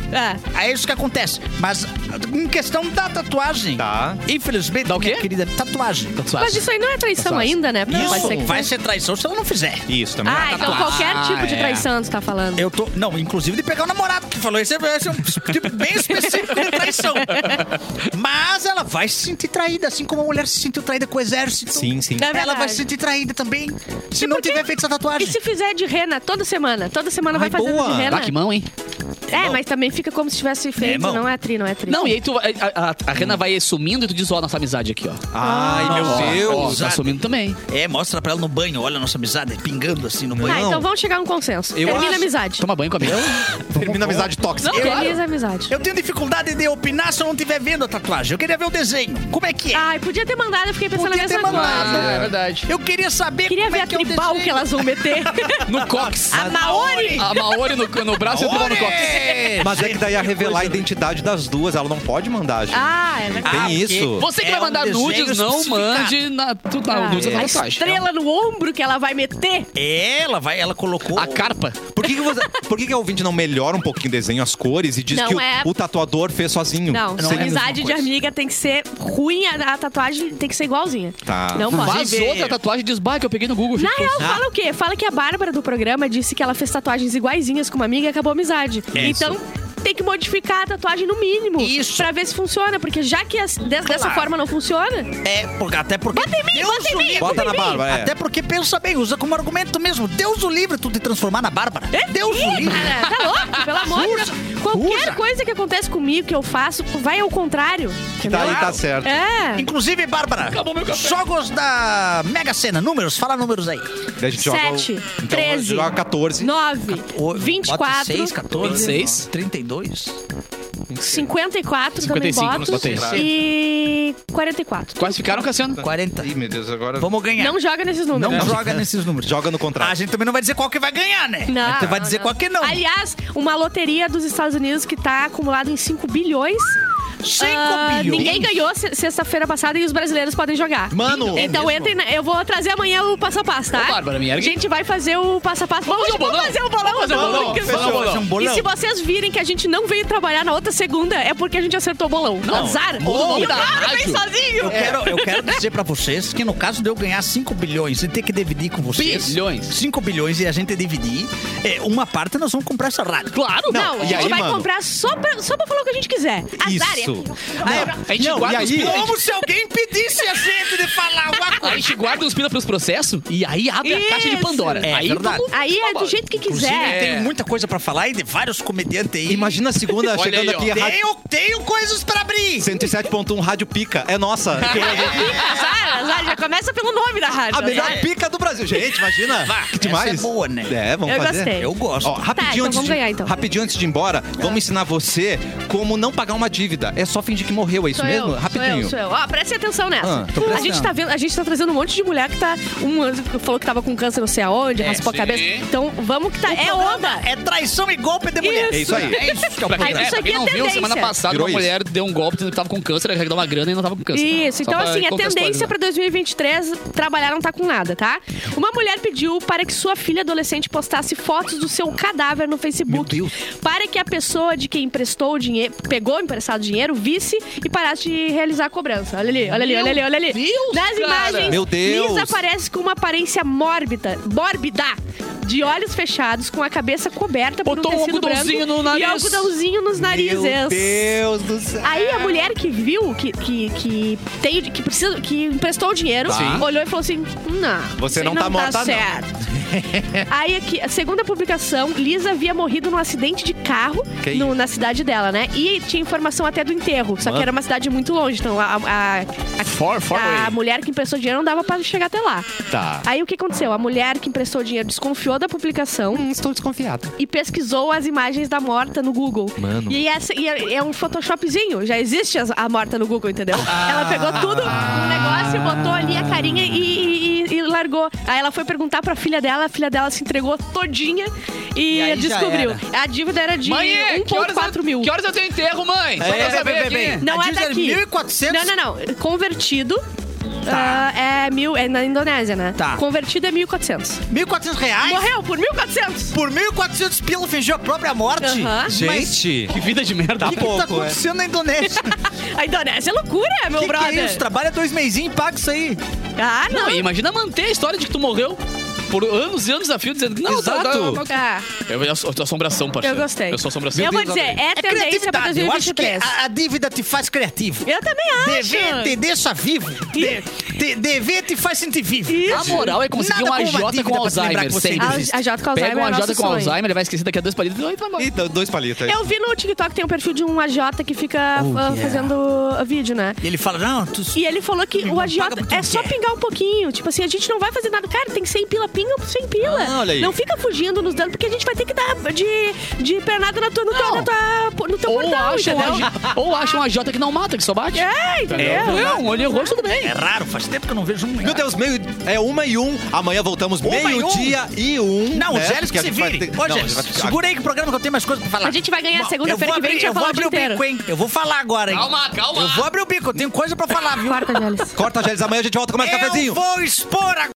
S4: É.
S5: É isso que acontece. Mas em questão da tatuagem.
S1: Tá.
S5: Infelizmente,
S2: Da o quê?
S5: minha querida, tatuagem.
S4: Mas isso aí não é traição ainda, né? Porque pode ser que-
S5: vai ser traição se ela não fizer.
S1: Isso, também.
S4: Ah, então qualquer tipo de
S2: é.
S4: traição tu tá falando.
S5: Eu tô. Não, inclusive de pegar o namorado que falou. Esse é, esse é um tipo bem específico de traição. Mas ela vai se sentir traída, assim como a mulher se sentiu traída com o exército.
S1: Sim, sim.
S4: É
S5: Ela
S4: verdade. Tipo
S5: vai se sentir traída também. Se não tiver feito essa
S4: E
S5: tatuagem.
S4: se fizer de rena toda semana? Toda semana
S1: Ai,
S4: vai fazendo
S1: boa.
S4: de rena.
S2: Tá que mão, hein?
S4: É, mas também fica como se tivesse feito.
S5: mão.
S4: não é tri, não é tri.
S2: Não, e aí tu, vai- a, a, a Rena
S5: Hum.
S2: vai sumindo e tu diz, ó, nossa amizade aqui, ó.
S1: Ai, meu
S2: Ó, ó,
S1: Deus.
S2: tá sumindo também.
S5: É, mostra pra ela no banho. Olha a nossa amizade pingando assim no
S4: Ah,
S5: banho.
S4: então vamos chegar a um consenso.
S1: Eu
S4: Termina
S1: acho-
S4: a amizade.
S2: Toma banho com a amiga.
S1: Termina a amizade tóxica.
S4: Não,
S5: Eu-
S4: termina a amizade.
S5: Eu tenho dificuldade de opinar se eu não tiver vendo a tatuagem. Eu queria ver o desenho. Como é que é?
S4: Ai, podia ter mandado, eu fiquei pensando
S5: Podia
S4: na
S5: ter
S4: mesma
S5: mandado.
S4: coisa.
S2: Ah, é verdade.
S5: Eu queria saber
S4: Queria
S5: como
S4: ver
S5: é
S4: a
S5: que é o
S4: tribal
S5: desenho.
S4: que um elas vão meter.
S2: No cox.
S4: a Maori!
S2: A Maori no, no braço e o tribal no cox.
S5: Olê!
S1: Mas é que daí ia revelar a identidade das duas. Ela não pode mandar, gente.
S4: Ah, é verdade.
S1: Tem
S5: porque-
S1: isso.
S2: Você que
S5: É
S2: vai
S5: um
S2: mandar
S5: desenho
S2: nudes, não
S5: especificado.
S2: mande na, tu, na,
S4: Ah,
S2: nudes na
S4: a
S2: tatuagem.
S4: estrela no ombro que ela vai meter.
S5: É, Ela vai, ela colocou.
S2: A carpa.
S1: Por que, que você, por que, que o ouvinte não melhora um pouquinho o desenho, as cores, e diz
S4: Não
S1: que o,
S4: é-
S1: o tatuador fez sozinho?
S4: Não,
S1: Sem a mesma
S4: amizade de
S1: coisa.
S4: amiga tem que ser ruim, a, a tatuagem tem que ser igualzinha.
S1: Tá.
S4: Não pode.
S2: Vazou da tatuagem e diz, bah, que eu peguei no Google.
S4: Na
S5: Tipo,
S2: gente."
S4: real, fala o quê? Fala que a Bárbara do programa disse que ela fez tatuagens iguaizinhas com uma amiga e acabou a amizade. Então. Tem que modificar a tatuagem no mínimo.
S5: Isso.
S4: Pra ver se funciona. Porque já que as- de- dessa forma não funciona.
S5: É, por- até porque.
S4: Bota em mim,
S5: Deus
S4: bota em
S5: o
S4: mim,
S5: livre.
S1: Bota na barba, é.
S5: Até porque pensa bem, usa como argumento mesmo. Deus o livre tu te transformar na Bárbara. É Deus o livre.
S4: Cara, tá louco? Pelo amor de Deus. É Qualquer
S5: usa.
S4: coisa que acontece comigo, que eu faço, vai ao contrário. entendeu?
S1: Daí tá certo.
S4: É.
S5: Inclusive, Bárbara, jogos da Mega Sena, números, fala números aí.
S1: Daí a gente joga o-
S4: Sete,
S1: então,
S4: treze.
S1: Joga 14.
S4: 9,
S5: O-
S4: 24,
S5: bota seis, 14,
S2: 26.
S5: 32.
S4: 54
S2: 55,
S4: também
S2: nós
S4: boto.
S2: botamos.
S4: E 44.
S2: Quase ficaram, Cassiano?
S5: 40.
S1: Ih, meu Deus, agora.
S5: Vamos ganhar.
S4: Não joga nesses
S5: É. Não
S4: números.
S5: joga nesses números.
S1: Joga no
S5: Ah,
S1: contrário.
S5: A gente também não vai dizer qual que vai ganhar, né?
S4: Não,
S5: a gente vai
S4: não,
S5: dizer
S4: não.
S5: qual que não.
S4: Aliás, uma loteria dos Estados Unidos que tá acumulada em 5 bilhões Ah,
S5: Cinco
S4: ninguém ganhou se- sexta-feira passada e os brasileiros podem jogar.
S1: Mano,
S4: Então entrem na, Eu vou trazer amanhã o passo a passo, tá?
S2: Ô, Bárbara, me
S4: a
S2: ergue.
S4: gente vai fazer o passo a passo. Vamos,
S2: fazer um
S4: vamos
S2: bolão?
S4: fazer o bolão.
S2: Vamos fazer um
S4: vamos
S2: bolão,
S4: brincar.
S2: fechou. Vamos fazer um
S5: bolão.
S4: E se vocês virem que a gente não veio trabalhar na outra segunda, é porque a gente acertou o bolão. Azar.
S2: Ou o nome
S4: e o
S2: da
S4: Bárbara vem
S2: rádio.
S4: sozinho. É.
S5: Eu quero, eu quero dizer pra vocês que no caso de eu ganhar 5 bilhões e ter que dividir com vocês.
S2: Bilhões.
S5: 5 bilhões e a gente dividir, é, uma parte nós vamos comprar essa rádio.
S2: Claro!
S4: Não, a
S1: e
S4: gente
S1: aí,
S4: vai
S1: mano?
S4: comprar só pra, só pra falar o que a gente quiser. Azar.
S1: Isso.
S4: é
S5: é
S2: A gente guarda
S1: e
S2: os
S1: aí?
S2: pila. a gente-
S5: Como se alguém pedisse a gente de falar uma
S2: A gente guarda os pila pros processos e aí abre a caixa de
S4: Isso.
S2: Pandora.
S5: É
S2: aí
S5: verdade.
S2: vamos-
S4: Aí é do
S2: vamos-
S4: jeito que
S5: Inclusive,
S4: quiser.
S5: tem muita coisa pra falar e de vários comediantes aí.
S1: Imagina a segunda
S2: Olha
S1: chegando
S2: aí, ó.
S1: aqui. a rádio-
S5: Tenho, tenho coisas pra abrir.
S1: 107.1 Rádio Pica. É nossa.
S4: Azar, azar. Já começa pelo nome da rádio. É.
S1: A melhor
S4: azar.
S1: pica do Brasil. Gente, imagina. que demais.
S5: essa é boa, né?
S1: É, vamos
S4: Eu
S1: fazer.
S4: gostei.
S5: Eu gosto. É.
S1: Ó, rapidinho,
S4: então
S1: antes
S4: vamos
S1: de,
S4: ganhar, então.
S1: rapidinho antes de ir embora, vamos ensinar você como não pagar uma dívida. É só fingir que morreu, é isso
S4: Sou
S1: mesmo?
S4: eu,
S1: rapidinho.
S4: Sou eu, sou eu. Ó, preste atenção nessa.
S1: Ah, tô
S4: a,
S1: prestando.
S4: gente tá vendo, a gente tá trazendo um monte de mulher que tá. Um falou que tava com câncer não sei aonde,
S1: É,
S4: raspou
S2: sim.
S4: a cabeça. Então vamos que tá. É onda!
S5: É traição e golpe de mulher.
S1: É isso aí.
S2: É isso que é o
S4: Pra quem-
S2: programa.
S4: isso
S2: Pra
S4: aqui
S2: quem
S4: é
S2: não viu,
S4: tendência.
S2: semana passada
S1: Virou
S2: uma
S1: isso.
S2: mulher deu um golpe dizendo que tava com câncer, ela queria dar uma grana e não tava com câncer.
S4: Isso,
S2: né? Só
S4: então
S2: pra
S4: assim, a
S2: contextualizar.
S4: tendência pra 2023 trabalhar não tá com nada, tá? Uma mulher pediu para que sua filha adolescente postasse fotos do seu cadáver no Facebook. Para que a pessoa de quem emprestou o dinheiro, pegou emprestado dinheiro, visse e parasse de realizar a cobrança. Olha ali, olha ali, olha ali, olha ali.
S2: Deus,
S4: Nas
S2: cara.
S4: imagens,
S1: Meu Deus.
S4: Lisa aparece com uma aparência mórbida, mórbida. De olhos fechados, com a cabeça coberta
S2: Botou um
S4: por um tecido
S2: algodãozinho
S4: branco
S2: no nariz.
S4: e algodãozinho nos narizes.
S1: Meu Deus do céu.
S4: Aí a mulher que viu, que, que, que, tem, que, precisa, que emprestou o dinheiro,
S1: Tá.
S4: olhou e falou assim: não.
S1: Você
S4: isso aí
S1: não tá morta, não."
S4: certo. Aí aqui, a segunda publicação, Lisa havia morrido num acidente de carro
S1: Que
S4: no-
S1: isso.
S4: na cidade dela, né? E tinha informação até do enterro, só que
S1: Mano.
S4: era uma cidade muito longe, então a, a, a-
S2: Far, far
S4: a
S2: away.
S4: mulher que emprestou dinheiro não dava pra chegar até lá.
S1: Tá.
S4: Aí o que aconteceu? A mulher que emprestou dinheiro desconfiou da publicação
S1: Hum, estou desconfiado.
S4: e pesquisou as imagens da morta no Google.
S1: Mano.
S4: E, essa, e é, é um Photoshopzinho. Já existe as- a morta no Google, entendeu? Ela pegou tudo
S1: Ah.
S4: no negócio, botou ali a carinha e, e- e- e largou. Aí ela foi perguntar pra filha dela, a filha dela se entregou todinha e,
S5: E aí já
S4: descobriu. A dívida era de
S2: Mãe, que horas,
S4: 1,4 mil.
S2: que horas eu tenho enterro, mãe? Só
S5: É,
S2: pra
S5: bem,
S2: saber
S5: bem,
S2: aqui.
S5: bem, bem.
S4: Não
S5: A
S4: é
S5: dívida era
S4: daqui.
S5: 1.400?
S4: Não, não, não. Convertido. ah, é mil. É na Indonésia, né?
S5: Tá.
S4: Convertido é 1.400.
S5: 1.400 reais?
S4: Morreu por 1.400.
S5: Por 1.400 pila fingiu a própria morte?
S4: Aham.
S5: Mas
S1: Gente,
S2: Que vida de merda.
S5: o que, que tá
S1: pouco, é.
S5: acontecendo na Indonésia?
S4: A Indonésia é loucura, meu
S5: que que
S4: brother.
S5: é isso? Trabalha dois meizinhos e paga isso aí.
S4: Ah,
S2: Não,
S4: não.
S2: e imagina manter a história de que tu morreu por anos e anos a fio dizendo que não, tá-
S1: Exato.
S2: tá-
S4: Ah,
S2: Eu, eu sou eu sou assombração, parceiro.
S4: eu gostei.
S2: Eu sou assombração.
S4: Eu vou dizer, é tendência pra
S5: Eu acho que é.
S4: 2023.
S5: a, a dívida te faz criativo.
S4: Eu também acho.
S5: Dever te deixa vivo. De, te- dever te faz sentir vivo.
S4: Isso.
S2: A moral é conseguir
S5: Nada
S2: uma
S5: como uma
S2: Jota
S5: dívida
S2: com
S5: pra te lembrar
S2: Alzheimer
S5: que você ainda
S2: sempre.
S5: existe.
S4: A, a Jota com Alzheimer
S2: Pega um
S4: é
S2: AJ
S4: nosso
S2: com
S4: sonho.
S2: Alzheimer, ele vai esquecer daqui a dois palitos. Ai, vai morrer.
S1: e do- dois palitos. aí.
S4: Eu vi no TikTok, tem um perfil de um AJ que fica
S5: Oh,
S4: ah,
S5: yeah.
S4: fazendo vídeo, né?
S5: E ele fala, não, tu...
S4: E ele falou que o
S5: paga
S4: agiota
S5: porque
S4: é
S5: não
S4: só
S5: quer.
S4: pingar um pouquinho. Tipo assim, a gente não vai fazer nada. Cara, tem 100 pila, pinga 100 pila.
S1: Ah, olha aí.
S4: Não fica fugindo nos danos, porque a gente vai ter que dar de, de pernada na tua, no, teu,
S2: Não.
S4: na tua, no teu
S2: Ou
S4: portão,
S2: acha, um
S5: né?
S4: entendeu?
S2: AJ, ou acha um AJ que não mata, que só bate.
S4: Então É, entendeu?
S2: É, um olho em rosto, tudo bem.
S5: É raro, faz tempo que eu não vejo um.
S1: Meu Deus, meio, é uma e um. Amanhã voltamos
S5: e um.
S1: meio-dia e um.
S5: Não,
S1: né?
S5: o Gélis que
S1: a
S5: se
S1: gente vai
S5: vire.
S1: ter-
S5: Ô,
S1: Não,
S5: Gélis,
S1: a gente vai-
S5: segura aí que o programa que eu tenho mais coisas pra falar.
S4: A gente vai ganhar
S5: Bom,
S4: segunda-feira
S5: eu
S4: que
S5: vou
S4: vem, a gente
S5: abrir- Eu
S4: vai
S5: vou
S4: falar o
S5: abrir o
S4: dia inteiro.
S5: bico, hein? Eu vou falar agora, hein?
S2: Calma, calma.
S5: Eu vou abrir o bico, eu tenho coisa pra falar, viu?
S4: Corta, Geles.
S1: Corta, Gélis. Amanhã a gente volta com mais
S5: Eu
S1: cafezinho.
S5: vou expor agora.